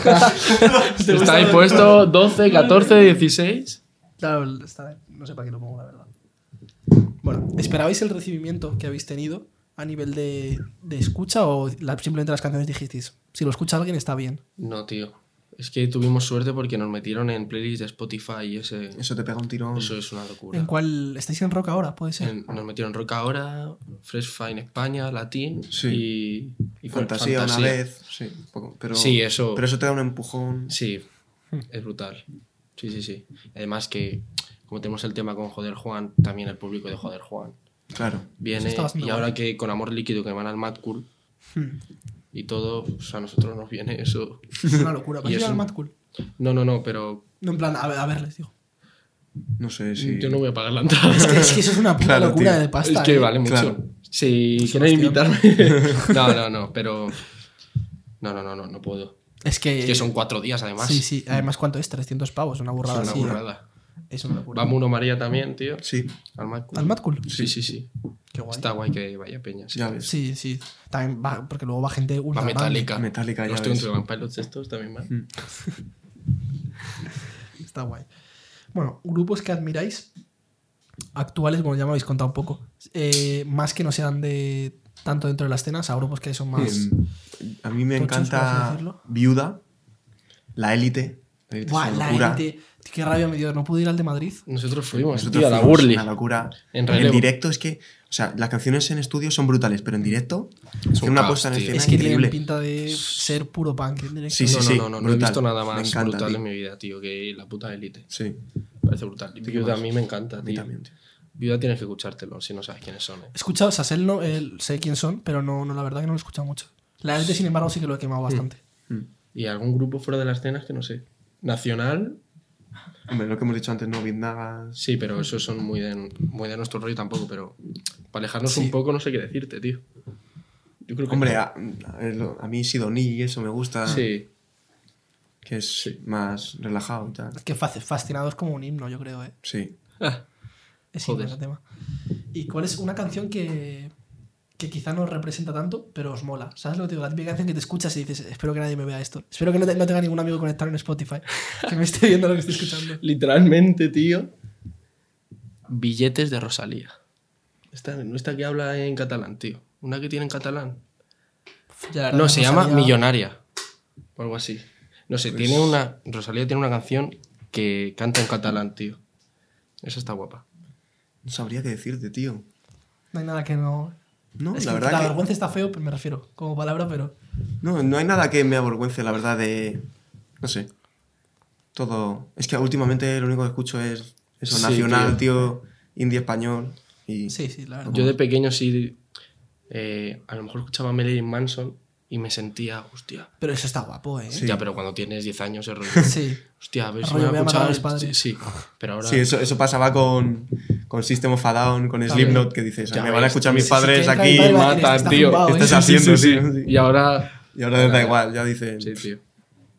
Speaker 2: Está ahí puesto 12, 14, 16.
Speaker 1: Claro, el- está- no sé para qué lo pongo, la verdad. Bueno, ¿esperabais el recibimiento que habéis tenido a nivel de, de escucha o la- simplemente las canciones dijisteis? Si lo escucha alguien está bien.
Speaker 2: No, tío. Es que tuvimos suerte porque nos metieron en playlist de Spotify y ese.
Speaker 3: Eso te pega un tirón.
Speaker 2: Eso es una
Speaker 1: ¿En
Speaker 2: locura.
Speaker 1: cuál? ¿Estáis en rock ahora? Puede ser.
Speaker 2: En- nos metieron Rock Ahora, Fresh Fine España, Latín
Speaker 3: Sí.
Speaker 2: y, y
Speaker 3: fantasía,
Speaker 2: Fantasía.
Speaker 3: una vez. Sí, un poco, pero,
Speaker 2: Sí, eso.
Speaker 3: pero eso te da un empujón.
Speaker 2: Sí, es brutal. Sí, sí, sí. Además que, como tenemos el tema con Joder Juan, también el público de Joder Juan
Speaker 3: Claro.
Speaker 1: Eso
Speaker 2: viene.
Speaker 1: está bastante
Speaker 2: Y ahora
Speaker 1: guay.
Speaker 2: que con Amor Líquido que van al Mad Cool
Speaker 3: Hmm.
Speaker 2: y todo, pues a nosotros nos viene eso.
Speaker 1: Es una locura.
Speaker 2: Y
Speaker 1: ¿Vais a ir
Speaker 2: es
Speaker 1: al
Speaker 2: un-
Speaker 1: Mad Cool?
Speaker 2: No, no, no, pero
Speaker 1: No, en plan, a ver, a ver, les digo.
Speaker 3: No sé si.
Speaker 2: yo no voy a pagar la entrada.
Speaker 1: Es que, es que eso es una puta
Speaker 3: Claro,
Speaker 1: locura
Speaker 3: tío.
Speaker 1: de pasta.
Speaker 2: es que
Speaker 1: eh.
Speaker 2: vale mucho.
Speaker 3: Claro.
Speaker 2: Si quieren invitarme. no, no, no, pero. No, no, no, no, no puedo.
Speaker 1: Es que,
Speaker 2: Es que son cuatro días además.
Speaker 1: Eh, Sí, sí. Además, ¿cuánto es? 300 pavos. Una
Speaker 2: Es
Speaker 1: burrada
Speaker 2: una
Speaker 1: así. ¿eh?
Speaker 2: burrada.
Speaker 1: Es una locura.
Speaker 2: Va Muno María también, tío.
Speaker 3: Sí,
Speaker 2: Al Mad Cool.
Speaker 1: ¿Al Mad Cool?
Speaker 2: Sí, sí, sí.
Speaker 1: Qué guay.
Speaker 2: Está guay que vaya Peña. Sí.
Speaker 3: ya ves.
Speaker 1: Sí, sí. También va, porque luego va gente
Speaker 2: Va
Speaker 1: ultra grande.
Speaker 2: Metallica.
Speaker 3: Metallica, ya
Speaker 2: Los Twin
Speaker 3: ves.
Speaker 2: Turbine Pilots estos también
Speaker 1: Mm.
Speaker 2: van.
Speaker 1: Está guay. Bueno, grupos que admiráis actuales, bueno, ya me habéis contado un poco. Eh, más que no sean de tanto dentro de las escena, o sea, grupos que son más.
Speaker 3: Em, a mí me
Speaker 1: tochos, por así
Speaker 3: encanta
Speaker 1: decirlo.
Speaker 3: Viuda, La Élite. La Élite es
Speaker 1: Buah,
Speaker 3: una
Speaker 1: la
Speaker 3: locura.
Speaker 1: gente. Qué rabia me dio. No pude ir al de Madrid.
Speaker 2: Nosotros fuimos,
Speaker 3: Nosotros
Speaker 2: tío, a la
Speaker 3: fuimos
Speaker 2: Burly.
Speaker 3: Una locura.
Speaker 2: En
Speaker 3: En,
Speaker 2: relevo.
Speaker 3: directo es que, o sea, las canciones en estudio son brutales, pero en directo es
Speaker 2: un
Speaker 3: una
Speaker 2: caos,
Speaker 3: puesta en
Speaker 2: tío.
Speaker 3: escena
Speaker 1: Es que
Speaker 3: increíble.
Speaker 1: tienen pinta de ser puro punk en directo.
Speaker 3: Sí, sí,
Speaker 2: no,
Speaker 3: sí,
Speaker 2: no, no, no, no he
Speaker 3: brutal.
Speaker 2: visto nada más
Speaker 3: Me encanta,
Speaker 2: brutal
Speaker 3: tío.
Speaker 2: en mi vida, tío, que la puta élite.
Speaker 3: Sí,
Speaker 2: Parece brutal. Viuda a
Speaker 3: más.
Speaker 2: mí me encanta,
Speaker 3: a mí
Speaker 2: tío.
Speaker 3: también, tío.
Speaker 2: Viuda tienes que escuchártelo si no sabes quiénes son. eh.
Speaker 1: He escuchado, o sea, sé, el no- el- sé quién son, pero no, no, la verdad que no lo he escuchado mucho. La gente, sin embargo, sí que lo he quemado
Speaker 3: Hmm.
Speaker 1: bastante.
Speaker 3: Mm.
Speaker 2: Y algún grupo fuera de las cenas que no sé. Nacional,
Speaker 3: Hombre, lo que hemos dicho antes, ¿no? Vidnagas.
Speaker 2: sí, pero esos son muy de, muy de nuestro rollo tampoco, pero para alejarnos
Speaker 1: Sí.
Speaker 2: un poco no sé qué decirte, tío. Yo creo que...
Speaker 3: Hombre, ah. a, a ver, lo- a mí Sidoní y eso me gusta,
Speaker 2: Sí,
Speaker 3: que es
Speaker 2: Sí.
Speaker 3: más relajado y tal.
Speaker 1: Es que fac- fascinado es como un himno, yo creo, ¿eh?
Speaker 3: Sí.
Speaker 1: Es
Speaker 2: Joder.
Speaker 1: himno ese tema. ¿Y cuál es una canción que, que quizá no os representa tanto, pero os mola? ¿Sabes lo que te digo? La típica canción que te escuchas y dices, espero que nadie me vea esto. Espero que no, te- no tenga ningún amigo conectado en Spotify que me esté viendo lo que estoy escuchando.
Speaker 2: literalmente, tío. Billetes de Rosalía. Esta, no esta que habla en catalán, tío. Una que tiene en catalán.
Speaker 1: Ya, la verdad
Speaker 2: No,
Speaker 1: que
Speaker 2: se llama
Speaker 1: sabía-
Speaker 2: Millonaria. O algo así. No sé, tiene una. Rosalía tiene una canción que canta en catalán, tío. Esa está guapa.
Speaker 3: No sabría qué decirte, tío.
Speaker 1: No hay nada que no...
Speaker 3: No,
Speaker 1: Es
Speaker 3: la
Speaker 1: que
Speaker 3: verdad
Speaker 1: la
Speaker 3: que-
Speaker 1: vergüenza está feo, me refiero, como palabra, pero.
Speaker 3: No, no hay nada que me avergüence, la verdad, de. No sé. Todo. Es que últimamente lo único que escucho es eso,
Speaker 2: Sí,
Speaker 3: nacional, tío. indie español. Y
Speaker 1: Sí, sí, la verdad.
Speaker 2: Yo de pequeño sí, eh, a lo mejor escuchaba Marilyn Manson y me sentía, hostia.
Speaker 1: Pero eso está guapo, ¿eh?
Speaker 3: Sí.
Speaker 2: Ya, pero cuando tienes 10 años es rollo.
Speaker 1: Sí.
Speaker 2: Hostia, a ver si
Speaker 1: Rollo,
Speaker 2: me
Speaker 1: voy a matar a mis
Speaker 2: escuchar-
Speaker 1: padres.
Speaker 2: Sí, pero ahora.
Speaker 3: Sí, eso, eso pasaba con, con System of a Down, con
Speaker 1: También.
Speaker 3: Slipknot, que dices, "Ah,
Speaker 2: Ya
Speaker 3: me van a
Speaker 2: ves,
Speaker 3: escuchar
Speaker 2: tío,
Speaker 3: mis
Speaker 1: sí, sí,
Speaker 3: padres
Speaker 1: que entra
Speaker 3: aquí,
Speaker 1: mi padre y va a
Speaker 3: ma-
Speaker 1: decir,
Speaker 2: mata,
Speaker 1: "Está
Speaker 2: tío,
Speaker 1: zumbado,
Speaker 3: ¿qué
Speaker 1: ¿eh?".
Speaker 3: estás
Speaker 2: Sí, sí,
Speaker 3: haciendo?
Speaker 2: sí,
Speaker 3: Sí, sí.
Speaker 2: Y ahora.
Speaker 3: y ahora da igual, ya dicen.
Speaker 2: Sí, tío.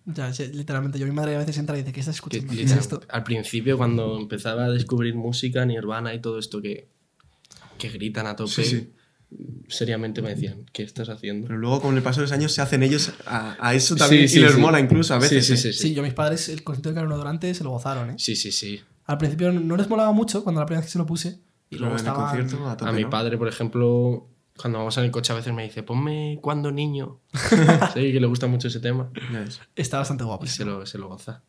Speaker 1: Ya, sí, literalmente, yo mi madre a veces entra y dice, ¿qué estás
Speaker 2: Que,
Speaker 1: escuchando? ¿Qué es
Speaker 2: literal,
Speaker 1: esto?
Speaker 2: al principio, cuando empezaba a descubrir música, Nirvana y todo esto que, que gritan a tope,
Speaker 3: Sí, sí.
Speaker 2: seriamente me decían, ¿qué estás haciendo?
Speaker 3: Pero luego, con el paso de los años, se hacen ellos a, a eso también
Speaker 2: Sí, sí,
Speaker 3: y les
Speaker 2: sí.
Speaker 3: mola incluso a veces.
Speaker 2: sí,
Speaker 3: ¿eh?
Speaker 2: sí, sí,
Speaker 1: Sí,
Speaker 2: sí.
Speaker 1: yo mis padres, el concierto de Carmen Durante se lo gozaron, ¿eh?
Speaker 2: Sí, sí, sí.
Speaker 1: Al principio no les molaba mucho cuando la primera vez que se lo puse. Y
Speaker 3: Pero
Speaker 1: luego
Speaker 3: en el
Speaker 1: estaba.
Speaker 3: concierto, a tope,
Speaker 2: A mi
Speaker 3: ¿no?
Speaker 2: padre, por ejemplo, cuando vamos en el coche a veces me dice, ponme cuando niño. sí, que le gusta mucho ese tema.
Speaker 3: Ya ves.
Speaker 1: Está bastante
Speaker 2: Y
Speaker 1: guapo.
Speaker 2: se lo, se lo goza.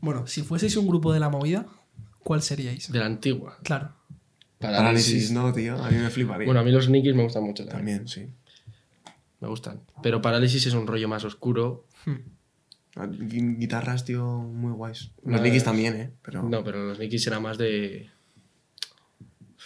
Speaker 1: Bueno, si fueseis un grupo de la movida, ¿cuál seríais?
Speaker 2: De la antigua.
Speaker 1: Claro.
Speaker 3: Parálisis, no, tío. A mí me fliparía.
Speaker 2: Bueno, a mí los Nikis me gustan mucho también.
Speaker 3: también, sí.
Speaker 2: Me gustan. Pero Parálisis es un rollo más oscuro.
Speaker 3: Ah, Gui- Guitarras, tío, muy guays. Los
Speaker 2: Nada,
Speaker 3: Nikis
Speaker 2: es-
Speaker 3: también, ¿eh? Pero...
Speaker 2: No, pero los Nikis era más de.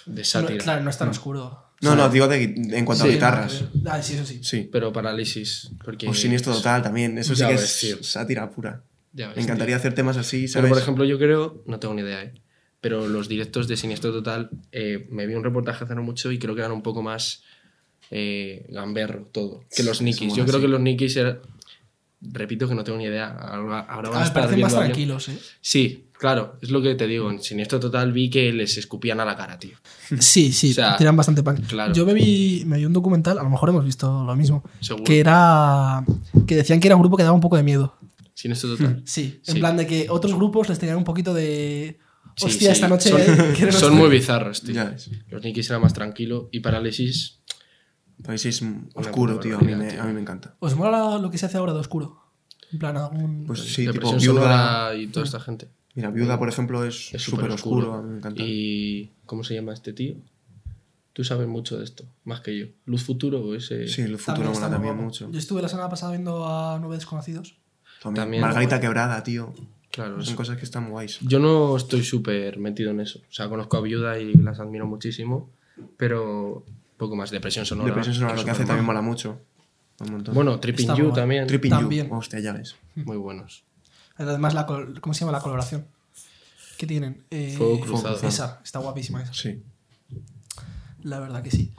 Speaker 2: de sátira.
Speaker 1: No, claro, no es tan oscuro.
Speaker 3: No, no, digo de gui- en cuanto
Speaker 2: Sí.
Speaker 3: a guitarras.
Speaker 1: Ah, sí, eso sí.
Speaker 3: Sí.
Speaker 2: Pero Parálisis. Porque,
Speaker 3: O Siniestro Total también. Eso sí
Speaker 2: Ya
Speaker 3: que
Speaker 2: ves,
Speaker 3: es
Speaker 2: tío.
Speaker 3: sátira pura.
Speaker 2: Ya ves,
Speaker 3: Me encantaría hacer temas así,
Speaker 2: Pero,
Speaker 3: ¿sabes?
Speaker 2: por ejemplo, yo creo, no tengo ni idea, ¿eh? pero los directos de Siniestro Total, eh, me vi un reportaje hace no mucho y creo que eran un poco más eh, gamberro todo que los
Speaker 3: Sí,
Speaker 2: Nikis.
Speaker 3: somos
Speaker 2: Yo creo
Speaker 3: así.
Speaker 2: que los Nikis eran... Repito que no tengo ni idea. Ahora, ahora van
Speaker 1: Ah,
Speaker 2: a
Speaker 1: me
Speaker 2: estar
Speaker 1: parecen más
Speaker 2: viendo a alguien.
Speaker 1: tranquilos, ¿eh?
Speaker 2: Sí, claro, es lo que te digo. En Siniestro Total vi que les escupían a la cara, tío.
Speaker 1: Sí, sí,
Speaker 2: O sea,
Speaker 1: tiran bastante pan.
Speaker 2: claro.
Speaker 1: Yo me vi, me vi un documental, a lo mejor hemos visto lo mismo,
Speaker 2: Seguro.
Speaker 1: que era que decían que era un grupo que daba un poco de miedo.
Speaker 2: Siniestro Total.
Speaker 1: Sí, en
Speaker 2: Sí.
Speaker 1: plan de que otros grupos les tenían un poquito de
Speaker 2: Sí,
Speaker 1: hostia
Speaker 2: sí,
Speaker 1: esta noche
Speaker 2: Son,
Speaker 1: quiero-
Speaker 2: son muy bizarros, tío.
Speaker 3: Ya ves.
Speaker 2: Los Nikis era más tranquilo y Parálisis.
Speaker 3: Parálisis mm, oscuro,
Speaker 2: puta
Speaker 3: tío. A mí,
Speaker 2: barbaridad,
Speaker 3: me,
Speaker 2: tío.
Speaker 3: a mí me encanta.
Speaker 1: ¿Os mola lo que se hace ahora de oscuro? En plan algún
Speaker 3: Pues sí, tipo
Speaker 2: Depresión
Speaker 3: Viuda.
Speaker 2: Sonora y toda esta gente.
Speaker 3: Mira, Viuda, por ejemplo, es
Speaker 2: Es
Speaker 3: súper oscuro. A mí me encanta.
Speaker 2: ¿Y cómo se llama este tío? Tú sabes mucho de esto, más que yo. ¿Luz Futuro o ese?
Speaker 3: Sí, el
Speaker 1: También
Speaker 3: futuro
Speaker 1: está
Speaker 3: mola
Speaker 1: muy
Speaker 3: también
Speaker 1: guapo.
Speaker 3: mucho.
Speaker 1: Yo estuve la semana pasada viendo a Nueve Desconocidos.
Speaker 3: También.
Speaker 2: También.
Speaker 3: Margarita Quebrada, tío.
Speaker 2: Claro,
Speaker 3: Son
Speaker 2: eso.
Speaker 3: cosas que están guays.
Speaker 2: Yo no estoy súper metido en eso. O sea, conozco a Viuda y las admiro muchísimo, pero poco más. Depresión Pues sonora.
Speaker 3: Depresión Sonora lo que hace
Speaker 2: Superman.
Speaker 3: también mola mucho. Un montón.
Speaker 2: Bueno, Tripping
Speaker 1: Está
Speaker 2: You
Speaker 1: guay.
Speaker 2: también.
Speaker 3: Tripping You.
Speaker 1: también.
Speaker 3: Hostia, ya ves.
Speaker 2: Muy buenos.
Speaker 1: Además, la, col- ¿cómo se llama la coloración? ¿Qué tienen? Eh,
Speaker 2: Fuego cruzado.
Speaker 1: Esa, está guapísima esa.
Speaker 3: Sí.
Speaker 1: La verdad que sí.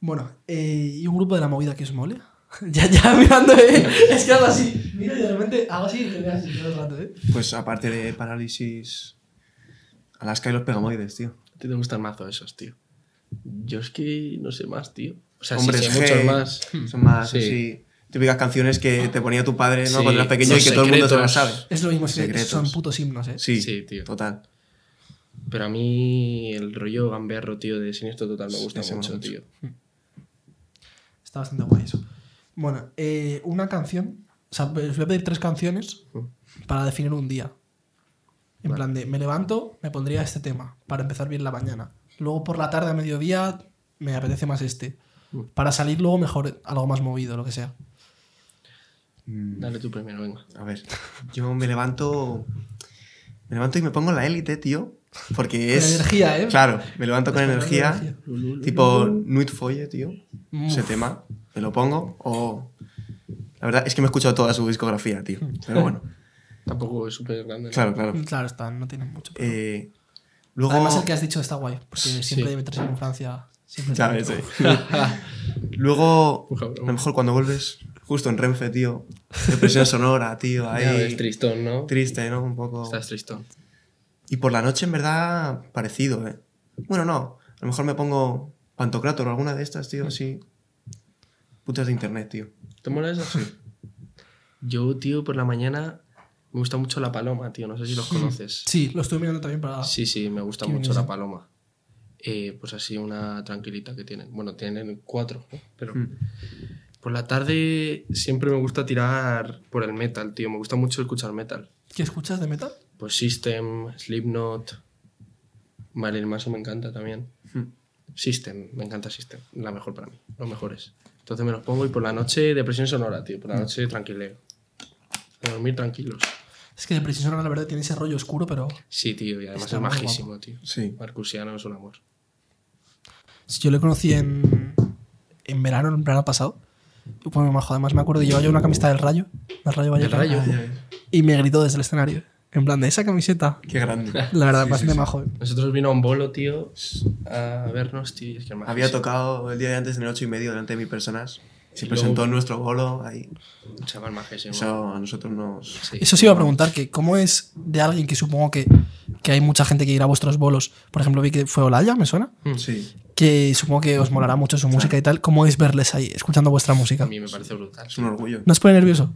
Speaker 1: Bueno, eh, y un grupo de la movida que os mole. ya, ya mirando, ¿eh? Es que hago así. Mira, y de repente hago así y te veas así todo el rato, ¿eh?
Speaker 3: Pues aparte de Parálisis, Alaska y los Pegamoides, tío.
Speaker 2: A ti te gustan mazo esos, tío. Yo es que no sé más, tío. O sea,
Speaker 3: Hombres
Speaker 2: sí, sí,
Speaker 3: G,
Speaker 2: hay muchos más.
Speaker 3: Son más
Speaker 2: Hmm. Sí.
Speaker 3: así. Típicas canciones que te ponía tu padre, ¿no?
Speaker 2: Sí,
Speaker 3: Cuando eras pequeño y
Speaker 2: los
Speaker 3: que todo el mundo se las sabe.
Speaker 2: secretos.
Speaker 1: Es lo mismo, es que
Speaker 3: Secretos.
Speaker 1: son putos himnos, ¿eh?
Speaker 3: Sí,
Speaker 2: Sí, tío.
Speaker 3: Total.
Speaker 2: Pero a mí el rollo gamberro, tío, de Siniestro Total me
Speaker 3: Sí,
Speaker 2: gusta
Speaker 3: ese mola
Speaker 2: mucho,
Speaker 3: mucho.
Speaker 2: tío.
Speaker 1: Está bastante guay eso. Bueno, eh, una canción. O sea, os voy a pedir tres canciones para definir un día. En plan de, me levanto, me pondría este tema para empezar bien la mañana. Luego por la tarde a mediodía me apetece más este. Para salir luego mejor algo más movido, lo que sea.
Speaker 2: Dale tú primero, venga.
Speaker 3: A ver, yo me levanto. Me levanto y me pongo la élite, tío. Porque es.
Speaker 1: energía, ¿eh?
Speaker 3: Claro, me levanto con
Speaker 1: Despertar con
Speaker 3: energía.
Speaker 1: energía.
Speaker 3: Tipo Nuit Folle, tío.
Speaker 1: Uf.
Speaker 3: Ese tema. Me lo pongo. O. La verdad es que me he escuchado toda su discografía, tío. Pero bueno,
Speaker 2: Tampoco es súper grande. ¿no?
Speaker 3: claro, claro.
Speaker 1: Claro, está, no tienen mucho. pero-
Speaker 3: Eh, luego.
Speaker 1: Además, el que has dicho está guay, porque siempre
Speaker 2: Sí.
Speaker 1: meterse con Francia. Siempre
Speaker 3: Ya ves, eh. Luego,
Speaker 2: Ujú,
Speaker 3: a lo mejor cuando vuelves, justo en Renfe, tío, depresión sonora, tío,
Speaker 2: Ya ves,
Speaker 3: ahí
Speaker 2: tristón, ¿no?
Speaker 3: triste, ¿no? Un poco.
Speaker 2: Estás tristón.
Speaker 3: Y por la noche, en verdad, parecido, ¿eh? Bueno, no, a lo mejor me pongo Pantocrator o alguna de estas, tío, así. Putas de internet, tío.
Speaker 2: ¿Te mola eso? Yo, tío, por la mañana me gusta mucho la paloma, tío. No sé si los conoces.
Speaker 1: Sí, lo estoy mirando también para.
Speaker 2: Sí, sí, me gusta
Speaker 1: Qué
Speaker 2: mucho
Speaker 1: bien
Speaker 2: la
Speaker 1: esa.
Speaker 2: paloma. Eh, pues así una tranquilita que tienen. Bueno, tienen cuatro, ¿no? pero por la tarde siempre me gusta tirar por el metal, tío. Me gusta mucho escuchar metal.
Speaker 1: ¿Qué escuchas de metal?
Speaker 2: Pues System, Slipknot, Marilyn Manson me encanta también. System, me encanta System, la mejor para mí, los mejores. Entonces me los pongo y por la noche depresión sonora, tío, por la noche tranquileo. A dormir tranquilos.
Speaker 1: Es que Depresión Sonora, la verdad, tiene ese rollo oscuro, pero
Speaker 2: Sí, tío, y además
Speaker 1: Está
Speaker 2: es
Speaker 1: muy
Speaker 2: majísimo, tío.
Speaker 3: Sí.
Speaker 2: Marcusiano es un amor.
Speaker 1: si yo le conocí en, en verano, en verano pasado. Y pues, me majo, además me acuerdo, llevaba yo una camiseta del Rayo, del Rayo Vallecano,
Speaker 2: Rayo.
Speaker 3: Ah,
Speaker 1: y me gritó desde el escenario, en plan, de esa camiseta,
Speaker 3: Qué grande.
Speaker 1: la verdad,
Speaker 3: Sí,
Speaker 1: bastante
Speaker 3: sí, sí.
Speaker 1: majo.
Speaker 2: Nosotros vino a un bolo, tío, a vernos, tío, y es que es majísimo.
Speaker 3: Había tocado el día de antes en el 8 y medio delante de mil personas. Se
Speaker 2: Y
Speaker 3: presentó
Speaker 2: luego-
Speaker 3: en nuestro bolo ahí.
Speaker 2: Un chaval majísimo.
Speaker 3: Eso a nosotros nos.
Speaker 2: Sí.
Speaker 1: Eso sí iba a preguntar, que cómo es de alguien que supongo que, que hay mucha gente que irá a vuestros bolos, por ejemplo, vi que fue Olaya, me suena,
Speaker 2: Mm.
Speaker 3: Sí.
Speaker 1: que supongo que os molará mucho su música y tal, ¿cómo es verles ahí, escuchando vuestra
Speaker 2: A
Speaker 1: música?
Speaker 2: mí me parece brutal.
Speaker 3: Es un orgullo.
Speaker 1: ¿No os pone nervioso?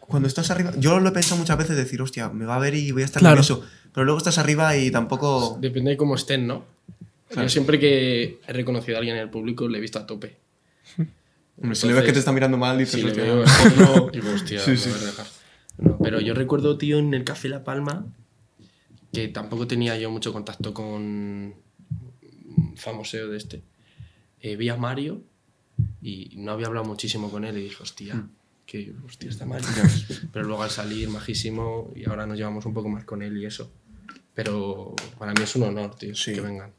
Speaker 3: Cuando estás arriba. Yo lo he pensado muchas veces decir, hostia, me va a ver y voy a estar
Speaker 1: Claro.
Speaker 3: nervioso. Pero luego estás arriba y tampoco.
Speaker 2: Depende de cómo estén, ¿no? Yo siempre que he reconocido a alguien en el público le he visto a tope.
Speaker 3: Hombre, si le ves que te está mirando mal, dices,
Speaker 2: Si le
Speaker 3: hostia,
Speaker 2: veo el hombro, digo, hostia,
Speaker 3: Sí,
Speaker 2: me
Speaker 3: sí.
Speaker 2: voy a relajar. No, pero yo recuerdo, tío, en el Café La Palma, que tampoco tenía yo mucho contacto con famoseo de este. Eh, vi a Mario y no había hablado muchísimo con él y dije, hostia,
Speaker 3: Hmm.
Speaker 2: que hostia está Mario. pero luego al salir, majísimo, y ahora nos llevamos un poco más con él y eso. Pero para mí es un honor, tío,
Speaker 3: Sí.
Speaker 2: que vengan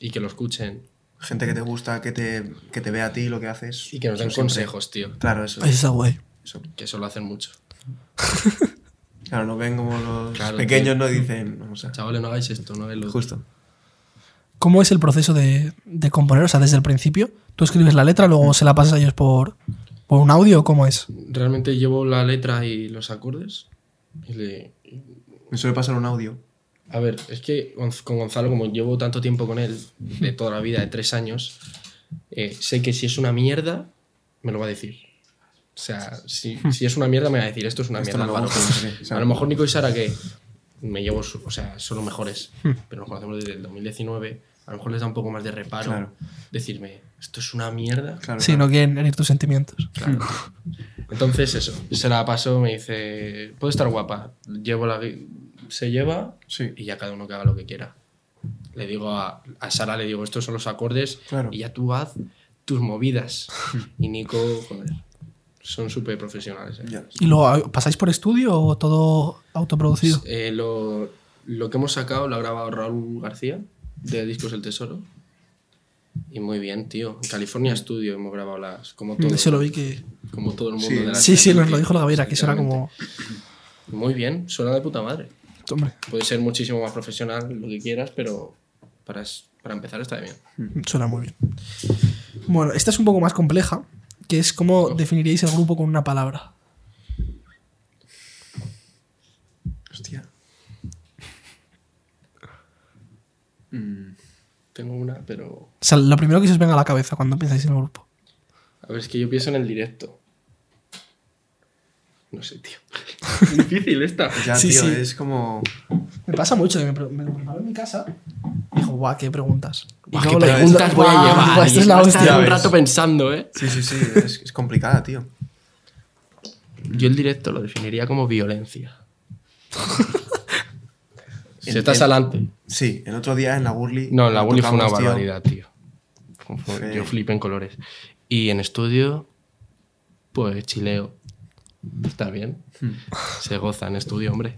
Speaker 2: y que lo escuchen
Speaker 3: gente que te gusta, que te, que te vea a ti lo que haces.
Speaker 2: y que nos den
Speaker 3: Eso siempre-
Speaker 2: consejos, tío.
Speaker 3: Claro, eso.
Speaker 1: Esa está guay.
Speaker 3: eso.
Speaker 2: Que eso lo hacen mucho.
Speaker 3: Claro, no ven como los
Speaker 2: Claro,
Speaker 3: pequeños
Speaker 2: tío.
Speaker 3: no dicen, vamos a.
Speaker 2: Chavales, no hagáis esto, no hagáis lo
Speaker 3: Justo.
Speaker 1: ¿Cómo es el proceso de, de componer? O sea, desde el principio, tú escribes la letra, luego se la pasas a ellos por, por un audio, ¿o ¿cómo es?
Speaker 2: Realmente llevo la letra y los acordes. y le-
Speaker 3: Me suele pasar un audio.
Speaker 2: A ver, es que Gonz- con Gonzalo, como llevo tanto tiempo con él, de toda la vida, de tres años, eh, sé que si es una mierda, me lo va a decir. O sea, si, si es una mierda, me va a decir, esto es una
Speaker 3: Esto
Speaker 2: mierda.
Speaker 3: no me
Speaker 2: Álvaro".
Speaker 3: gusta, no sé qué, o sea.
Speaker 2: a lo mejor Nico y Sara, que me llevo, su- o sea, son los mejores,
Speaker 3: Hmm.
Speaker 2: pero nos conocemos desde el 2019, a lo mejor les da un poco más de reparo
Speaker 3: Claro.
Speaker 2: decirme, esto es una mierda.
Speaker 3: Claro.
Speaker 1: Si no quieren herir tus sentimientos.
Speaker 2: Entonces eso, se la paso, me dice, puede estar guapa, llevo la... gui- se lleva
Speaker 3: Sí.
Speaker 2: y ya cada uno que haga lo que quiera. Le digo a, a Sara, le digo, estos son los acordes
Speaker 3: Claro.
Speaker 2: y ya tú haz tus movidas. y Nico, joder, son súper profesionales. ¿eh?
Speaker 3: Ya.
Speaker 1: ¿Y luego pasáis por estudio o todo autoproducido?
Speaker 2: Eh, lo, lo que hemos sacado lo ha grabado Raúl García de Discos El Tesoro. Y muy bien, tío. En California Studio hemos grabado las... Como todo,
Speaker 1: Mm, Eso lo vi que...
Speaker 2: Como todo el mundo.
Speaker 3: Sí.
Speaker 2: de las
Speaker 1: Sí, sí, nos lo
Speaker 2: tío.
Speaker 1: dijo la Gabriela, que suena
Speaker 2: Literalmente.
Speaker 1: como...
Speaker 2: Muy bien, suena de puta madre.
Speaker 1: Hombre,
Speaker 2: Puede ser muchísimo más profesional, lo que quieras, pero para, es- para empezar está bien.
Speaker 1: suena muy bien. Bueno, esta es un poco más compleja, que es cómo definiríais el grupo con una palabra.
Speaker 3: Hostia.
Speaker 2: Tengo una, pero.
Speaker 1: O sea, lo primero que se os venga a la cabeza cuando pensáis en el grupo.
Speaker 2: A ver, es que yo pienso en el directo. No sé, tío. Es Difícil esta.
Speaker 3: Ya,
Speaker 1: Sí,
Speaker 3: tío,
Speaker 1: sí.
Speaker 3: es como.
Speaker 1: Me pasa mucho que me, pre- me lo preparo en mi casa y digo, guau, qué preguntas. Y
Speaker 2: Guau,
Speaker 1: luego
Speaker 2: qué
Speaker 1: lo-
Speaker 2: preguntas voy a
Speaker 1: guau,
Speaker 2: llevar.
Speaker 1: Esto es la
Speaker 2: Voy a estar
Speaker 1: hostia.
Speaker 2: un
Speaker 3: ves.
Speaker 2: rato pensando, ¿eh?
Speaker 3: Sí, sí, sí. Es, es complicada, tío.
Speaker 2: Yo el directo lo definiría como violencia.
Speaker 3: En-
Speaker 2: Si estás
Speaker 3: en-
Speaker 2: adelante.
Speaker 3: Sí, el otro día en la Burly.
Speaker 2: No, la Bully fue una
Speaker 3: tocamos, tío.
Speaker 2: barbaridad, tío. Fue- fue-
Speaker 3: Sí.
Speaker 2: Yo flipé en colores. Y en estudio, pues chileo. Está bien.
Speaker 3: Hmm.
Speaker 2: Se goza en estudio, hombre.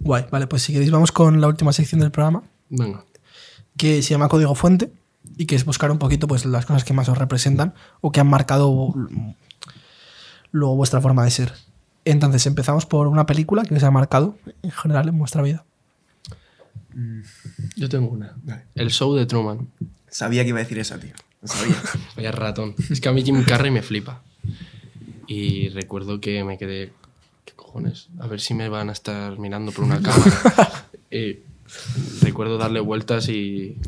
Speaker 1: Guay, vale, pues si queréis vamos con la última sección del programa,
Speaker 2: Venga.
Speaker 1: que se llama Código Fuente y que es buscar un poquito pues las cosas que más os representan o que han marcado mm, luego vuestra forma de ser. Entonces empezamos por una película que os ha marcado en general en vuestra vida.
Speaker 2: Yo tengo una.
Speaker 3: Vale.
Speaker 2: El show de Truman.
Speaker 3: Sabía que iba a decir esa, tío. Lo Sabía.
Speaker 2: Vaya ratón. Es que a mí Jim Carrey me flipa. Y recuerdo que me quedé. ¿Qué cojones? A ver si me van a estar mirando por una cámara. Y recuerdo darle vueltas y.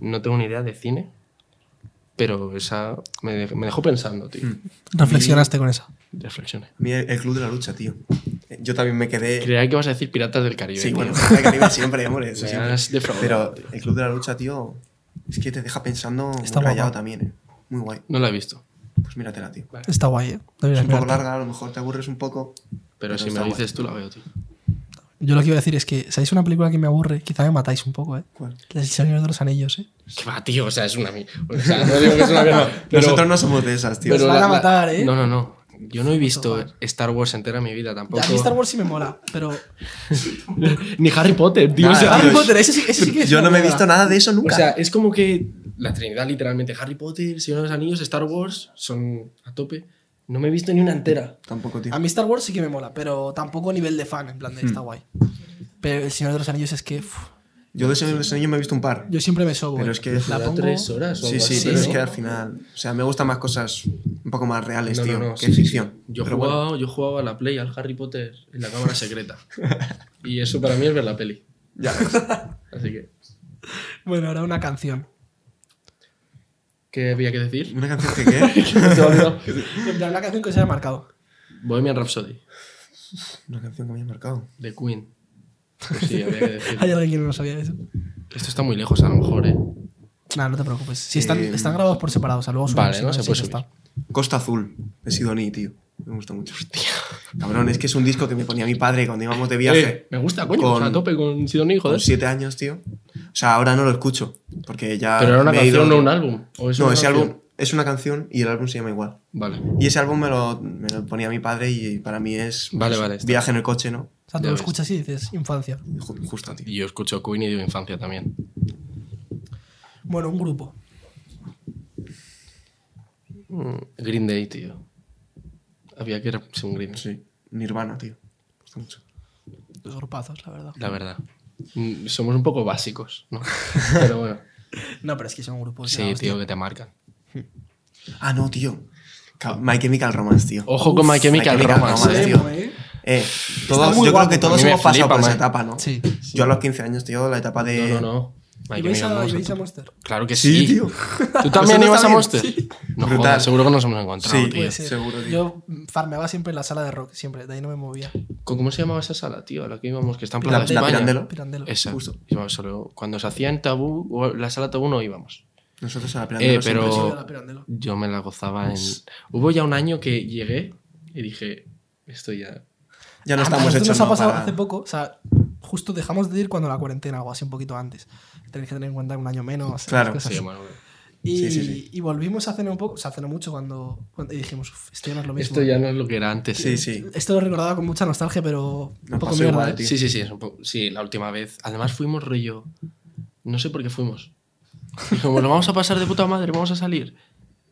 Speaker 2: No tengo ni idea de cine. Pero esa me, de- me dejó pensando, tío.
Speaker 3: Hmm.
Speaker 1: Reflexionaste con esa.
Speaker 2: Reflexioné.
Speaker 3: A mí Mm. el, el club de la lucha, tío. Eh, Yo también me quedé.
Speaker 2: Creía que vas a decir Piratas del Caribe.
Speaker 3: Sí,
Speaker 2: tío.
Speaker 3: bueno, el Caribe siempre, hombre. eso
Speaker 2: Me
Speaker 3: siempre.
Speaker 2: has defraudado,
Speaker 3: Pero el club de la lucha, tío, es que te deja pensando
Speaker 1: Está
Speaker 3: muy rayado
Speaker 1: guapa.
Speaker 3: también, eh. Muy guay.
Speaker 2: No la he visto.
Speaker 3: Pues míratela, tío.
Speaker 1: Está guay, ¿eh?
Speaker 3: Es
Speaker 1: Deberías
Speaker 3: un poco
Speaker 1: mirarte.
Speaker 3: larga, a lo mejor te aburres un poco.
Speaker 2: Pero, si me
Speaker 3: está
Speaker 2: lo
Speaker 3: guay.
Speaker 2: dices tú, la veo, tío.
Speaker 1: Yo lo que iba a decir es que, ¿sabéis una película que me aburre? Quizá me matáis un poco, ¿eh?
Speaker 3: ¿Cuál?
Speaker 1: El Señor de los Anillos, ¿eh?
Speaker 2: Que va, tío, o sea, es una mierda. O sea, no digo que es una mierda. pero-
Speaker 3: Nosotros no somos de esas, tío.
Speaker 1: Nos
Speaker 2: pero
Speaker 1: van
Speaker 2: la-
Speaker 1: a
Speaker 2: la-
Speaker 1: matar, ¿eh?
Speaker 2: No, no, no. Yo no he visto Star Wars entera en mi vida tampoco.
Speaker 1: Ya, a mí Star Wars sí me mola, pero.
Speaker 2: Ni Harry Potter, tío.
Speaker 3: Nada,
Speaker 2: o sea,
Speaker 1: Harry
Speaker 3: tío,
Speaker 1: Potter, ese sí, ese sí que es
Speaker 3: Yo no me he
Speaker 1: una
Speaker 3: visto nada de eso
Speaker 2: O
Speaker 3: nunca.
Speaker 2: sea, es como que la Trinidad, literalmente, Harry Potter, Señor de los Anillos, Star Wars, son a tope. No me he visto ni una entera.
Speaker 3: Tampoco, tío.
Speaker 1: A mí Star Wars sí que me mola, pero tampoco a nivel de fan, en plan
Speaker 2: Hmm.
Speaker 1: de está guay. Pero El Señor de los Anillos es que. uf,
Speaker 3: Yo de ese de ese año me he visto un par.
Speaker 1: yo siempre me sobo.
Speaker 3: Pero
Speaker 1: eh.
Speaker 3: es que
Speaker 1: la
Speaker 2: Dura
Speaker 1: pongo.
Speaker 2: tres horas o
Speaker 3: Sí,
Speaker 2: algo
Speaker 3: sí,
Speaker 2: así,
Speaker 3: pero es
Speaker 2: ¿no?
Speaker 3: que al final. O sea, me gustan más cosas un poco más reales,
Speaker 2: No, no,
Speaker 3: tío,
Speaker 2: no,
Speaker 3: que
Speaker 2: sí, sí,
Speaker 3: ficción.
Speaker 2: Yo
Speaker 3: Pero
Speaker 2: jugaba,
Speaker 3: bueno,
Speaker 2: yo jugaba a la Play, al Harry Potter, en la cámara secreta. y eso para mí es ver la peli.
Speaker 3: ya.
Speaker 2: Así que,
Speaker 1: Bueno, ahora una canción.
Speaker 2: ¿qué había que decir?
Speaker 3: ¿Una canción que qué?
Speaker 2: Se me ha olvidado.
Speaker 1: En plan, una canción que se haya marcado.
Speaker 2: Bohemian Rhapsody,
Speaker 3: Una canción que me haya marcado.
Speaker 2: de Queen. Pues sí, había que decir.
Speaker 1: Hay alguien que no sabía eso.
Speaker 2: Esto está muy lejos, a lo mejor, ¿eh?
Speaker 1: Nada, no te preocupes. Si están,
Speaker 3: Eh,
Speaker 1: están grabados por separados, o sea, luego subimos,
Speaker 2: Vale, no
Speaker 1: si
Speaker 2: se
Speaker 1: sí
Speaker 2: puede
Speaker 1: que
Speaker 2: subir.
Speaker 1: está.
Speaker 3: Costa Azul, de Sidoní, tío. Me gusta mucho. Cabrón, es que es un disco que me ponía mi padre cuando íbamos de viaje.
Speaker 2: Eh, me gusta, coño,
Speaker 3: Con-
Speaker 2: o sea, a tope con Sidoní,
Speaker 3: Con
Speaker 2: joder.
Speaker 3: siete años, tío. O sea, ahora no lo escucho. Porque ya.
Speaker 2: Pero era una
Speaker 3: me he ido-
Speaker 2: canción, no un álbum. ¿o es
Speaker 3: No,
Speaker 2: una
Speaker 3: ese
Speaker 2: canción?
Speaker 3: álbum es una canción y el álbum se llama igual.
Speaker 2: Vale.
Speaker 3: Y ese álbum me lo, me lo ponía mi padre y para mí es. pues,
Speaker 2: Vale, vale, está.
Speaker 3: Viaje en el coche, ¿no?
Speaker 1: O sea, tú
Speaker 2: Ya
Speaker 1: lo
Speaker 2: ves.
Speaker 1: escuchas y dices infancia.
Speaker 3: Ju- Justo, tío.
Speaker 2: Y yo escucho Queen y de mi infancia también.
Speaker 1: Bueno, un grupo.
Speaker 2: Mm, Green Day, tío. Había que ser un Green Day.
Speaker 3: Sí. Nirvana, tío. Me gusta mucho.
Speaker 1: Dos grupazos, la verdad.
Speaker 2: La verdad. Mm, Somos un poco básicos, ¿no? Pero bueno.
Speaker 1: No, pero es que son grupos.
Speaker 2: Sí, tío, que te marcan.
Speaker 3: Ah, no, tío. Ca- My Chemical Romance, tío.
Speaker 2: Ojo con My Chemical
Speaker 3: My Chemical
Speaker 2: Romance.
Speaker 3: Romance,
Speaker 2: ¿eh?
Speaker 3: tío. Eh, todos,
Speaker 1: muy
Speaker 3: yo
Speaker 1: guapo.
Speaker 3: creo que
Speaker 2: A
Speaker 3: todos
Speaker 2: mí me
Speaker 3: hemos pasado
Speaker 2: flipa,
Speaker 3: por esa
Speaker 2: man.
Speaker 3: etapa, ¿no?
Speaker 1: Sí.
Speaker 3: Yo a los 15 años, tío, la etapa de.
Speaker 2: No, no, no. My
Speaker 1: ¿Y vais
Speaker 2: Chemical
Speaker 1: a, y
Speaker 2: Romance.
Speaker 1: vais a Monster?
Speaker 2: Claro que sí.
Speaker 3: Eh, Sí, tío.
Speaker 2: ¿Tú también ibas
Speaker 3: ¿Vosotros
Speaker 2: a
Speaker 3: también?
Speaker 2: Monster?
Speaker 3: Sí.
Speaker 2: No,
Speaker 3: Brutal.
Speaker 2: joder, seguro que nos hemos encontrado,
Speaker 3: Sí.
Speaker 2: tío.
Speaker 1: Puede ser.
Speaker 3: seguro, tío.
Speaker 1: Yo mm, farmeaba siempre en la sala de rock, siempre. De ahí no me movía.
Speaker 2: ¿Con- ¿Cómo se llamaba esa sala, tío? A la que íbamos, que está en
Speaker 3: La-
Speaker 2: Plaza
Speaker 3: la
Speaker 2: España.
Speaker 3: Pirandello.
Speaker 1: Pirandelo.
Speaker 2: Esa.
Speaker 3: Justo.
Speaker 2: Íbamos solo- Cuando se hacía en tabú, o la sala tabú no íbamos.
Speaker 3: Nosotros a la
Speaker 2: Eh,
Speaker 3: pirámide.
Speaker 2: pero-
Speaker 1: Sí, la Pirandelo.
Speaker 2: Yo me la gozaba en.
Speaker 3: Pues,
Speaker 2: Hubo ya un año que llegué y dije, esto ya.
Speaker 3: Ya no
Speaker 1: Además,
Speaker 3: estamos
Speaker 1: esto
Speaker 3: hechos
Speaker 1: Ah, nos ha
Speaker 3: ¿no?
Speaker 1: pasado
Speaker 3: para-
Speaker 1: hace poco, o sea, justo dejamos de ir cuando la cuarentena, algo así un poquito antes. Tenéis que tener en cuenta un año menos.
Speaker 3: Claro,
Speaker 1: cosas
Speaker 2: Sí,
Speaker 1: así.
Speaker 2: Manuel.
Speaker 1: y,
Speaker 3: Sí, sí, sí.
Speaker 1: y volvimos a cenar un poco, o sea, cenar mucho cuando, cuando- y dijimos, "Uf, esto ya no es lo mismo.
Speaker 2: Esto ya no es lo que era antes.
Speaker 3: Sí, sí.
Speaker 1: Esto lo recordaba con mucha nostalgia, pero un
Speaker 3: Nos
Speaker 1: poco
Speaker 3: pasó
Speaker 1: mierda.
Speaker 3: igual,
Speaker 1: ¿eh?
Speaker 3: tío.
Speaker 2: Sí, sí, sí, es un po- sí, la última vez. Además fuimos rollo. No sé por qué fuimos. Dijimos, "Pues lo vamos a pasar de puta madre, vamos a salir.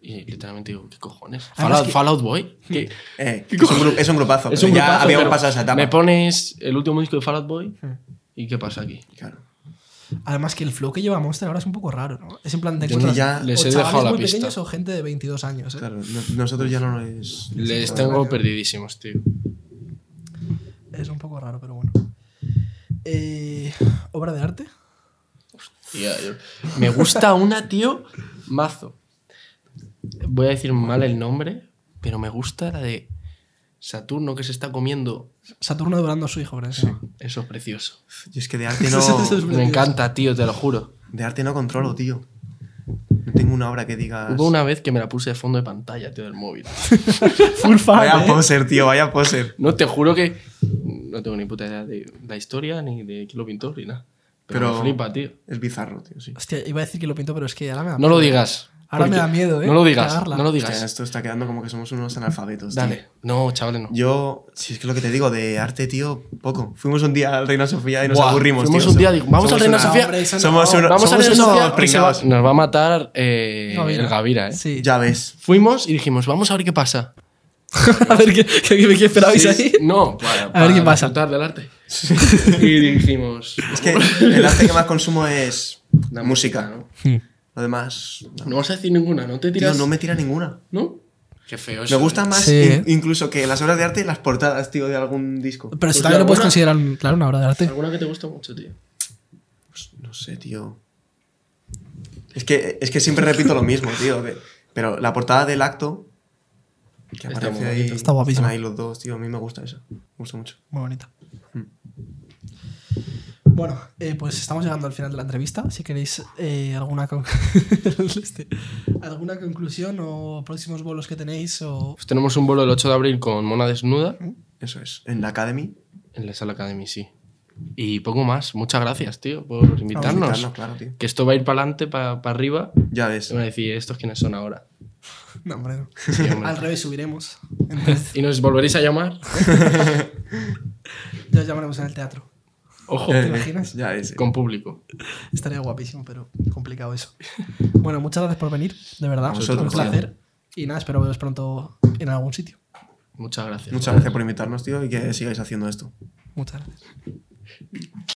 Speaker 2: Y literalmente digo, ¿qué cojones?
Speaker 1: Además
Speaker 2: Fallout,
Speaker 1: que-
Speaker 2: Fallout Boy. ¿Qué?
Speaker 3: Eh, es, un gru- es un grupazo.
Speaker 2: Es
Speaker 3: pero
Speaker 2: un
Speaker 3: ya
Speaker 2: grupazo,
Speaker 3: habíamos
Speaker 2: pero
Speaker 3: pasado esa etapa. Hmm.
Speaker 2: Me pones el último disco de Fallout Boy. ¿Y qué pasa aquí?
Speaker 3: Claro.
Speaker 1: Además que el flow que lleva Monster ahora es un poco raro, ¿no? Es en plan de
Speaker 3: Yo ni ya-
Speaker 1: Ah, o
Speaker 2: les he
Speaker 1: chavales
Speaker 2: dejado la
Speaker 1: muy
Speaker 2: pista.
Speaker 1: pequeños o gente de 22 años. ¿eh?
Speaker 3: Claro, no- nosotros ya no es.
Speaker 2: Les
Speaker 3: es-
Speaker 2: tengo perdidísimos, tío.
Speaker 1: Es un poco raro, pero bueno. Eh, ¿Obra de arte?
Speaker 2: Tía, yo- Me gusta una, tío, mazo. Voy a decir mal el nombre, pero me gusta la de Saturno que se está comiendo.
Speaker 1: Saturno devorando a su hijo, por eso.
Speaker 2: Eso es precioso.
Speaker 3: Yo es que de arte
Speaker 1: Eso es- eso es-
Speaker 3: no.
Speaker 2: Me encanta, tío, te lo juro.
Speaker 3: De arte no controlo, tío. No tengo una obra que digas.
Speaker 2: Hubo una vez que me la puse de fondo de pantalla, tío, del móvil.
Speaker 1: Full fan,
Speaker 3: Vaya
Speaker 1: ¿eh?
Speaker 3: poser, tío, vaya poser.
Speaker 2: No, te juro que no tengo ni puta idea de la historia, ni de quién lo pintó, ni nada. Pero,
Speaker 3: Pero-
Speaker 2: me flipa, tío.
Speaker 3: Es bizarro, tío, sí.
Speaker 1: Hostia, iba a decir que lo pintó, pero es que ahora me da
Speaker 2: No lo digas.
Speaker 1: Ahora me
Speaker 2: porque-
Speaker 1: da miedo, ¿eh?
Speaker 2: No lo digas,
Speaker 1: Cagarla.
Speaker 2: no lo
Speaker 3: O sea,
Speaker 2: digas.
Speaker 3: esto está quedando como que somos unos analfabetos. tío.
Speaker 2: Dale. No, chavales, no.
Speaker 3: Yo, si es que lo que te digo, de arte, tío, poco. Fuimos un día al Reina Sofía y nos
Speaker 2: Buah,
Speaker 3: aburrimos,
Speaker 2: fuimos
Speaker 3: tío.
Speaker 2: un día, digo, vamos
Speaker 3: Somos
Speaker 2: al Reina
Speaker 3: una-
Speaker 2: Sofía.
Speaker 1: hombre, eso no.
Speaker 3: Somos unos,
Speaker 2: Vamos a
Speaker 3: somos
Speaker 2: ver
Speaker 3: unos pringados.
Speaker 2: Nos va a matar eh,
Speaker 1: Gavira.
Speaker 2: el Gavira, ¿eh?
Speaker 1: Sí.
Speaker 3: Ya ves.
Speaker 2: Fuimos y dijimos, vamos a ver qué pasa.
Speaker 1: a ver, ¿qué, qué, qué esperabais
Speaker 2: Sí,
Speaker 1: ahí?
Speaker 2: No, para,
Speaker 1: ver qué pasa.
Speaker 2: disfrutar del arte. y dijimos,
Speaker 3: Es que el arte que más consumo es
Speaker 2: La
Speaker 3: música.
Speaker 2: música,
Speaker 3: Lo demás.
Speaker 2: no vas a decir ninguna, no te
Speaker 3: Tío,
Speaker 2: tiras.
Speaker 3: no me tira ninguna.
Speaker 2: ¿No? Qué feo eh.
Speaker 3: Me gusta más
Speaker 1: Sí.
Speaker 3: in- incluso que las obras de arte las portadas, tío, de algún disco.
Speaker 1: Pero
Speaker 2: Pues
Speaker 1: eso también lo puedes
Speaker 2: alguna-
Speaker 1: considerar, un- claro, una obra de arte.
Speaker 2: Alguna que te gusta mucho, tío.
Speaker 3: Pues, no sé, tío. Es que, es que siempre repito lo mismo, tío. de- pero la portada del acto. Que
Speaker 2: Está
Speaker 3: aparece
Speaker 2: muy
Speaker 3: ahí.
Speaker 2: bonito.
Speaker 1: Está guapísimo.
Speaker 3: están Ahí los dos, tío. A mí me gusta esa. Me gusta mucho.
Speaker 1: Muy bonita. Bueno, eh, pues estamos llegando al final de la entrevista. Si queréis eh, alguna, con- este, alguna conclusión o próximos bolos que tenéis o...
Speaker 2: Pues tenemos un vuelo el 8 de abril con Mona Desnuda
Speaker 3: Eso es. En la Academy.
Speaker 2: en la Sala Academy, sí. Y poco más. Muchas gracias, tío, por invitarnos.
Speaker 3: claro, tío.
Speaker 2: Que esto va a ir para adelante, para arriba.
Speaker 3: Ya ves.
Speaker 2: Se van a decir, ¿estos quiénes son ahora?
Speaker 1: No, hombre, no.
Speaker 2: Sí, hombre.
Speaker 1: Al revés subiremos.
Speaker 2: y nos volveréis a llamar.
Speaker 1: Ya os llamaremos en el teatro.
Speaker 2: Ojo,
Speaker 1: ¿Te imaginas?
Speaker 3: Ya ves.
Speaker 2: con público.
Speaker 1: Estaría guapísimo, pero complicado eso. Bueno, muchas gracias por venir, de verdad.
Speaker 3: A vosotros,
Speaker 1: un placer. Y nada, espero veros pronto en algún sitio.
Speaker 2: Muchas gracias.
Speaker 3: Muchas gracias por invitarnos, tío, y que sigáis haciendo esto.
Speaker 1: Muchas gracias.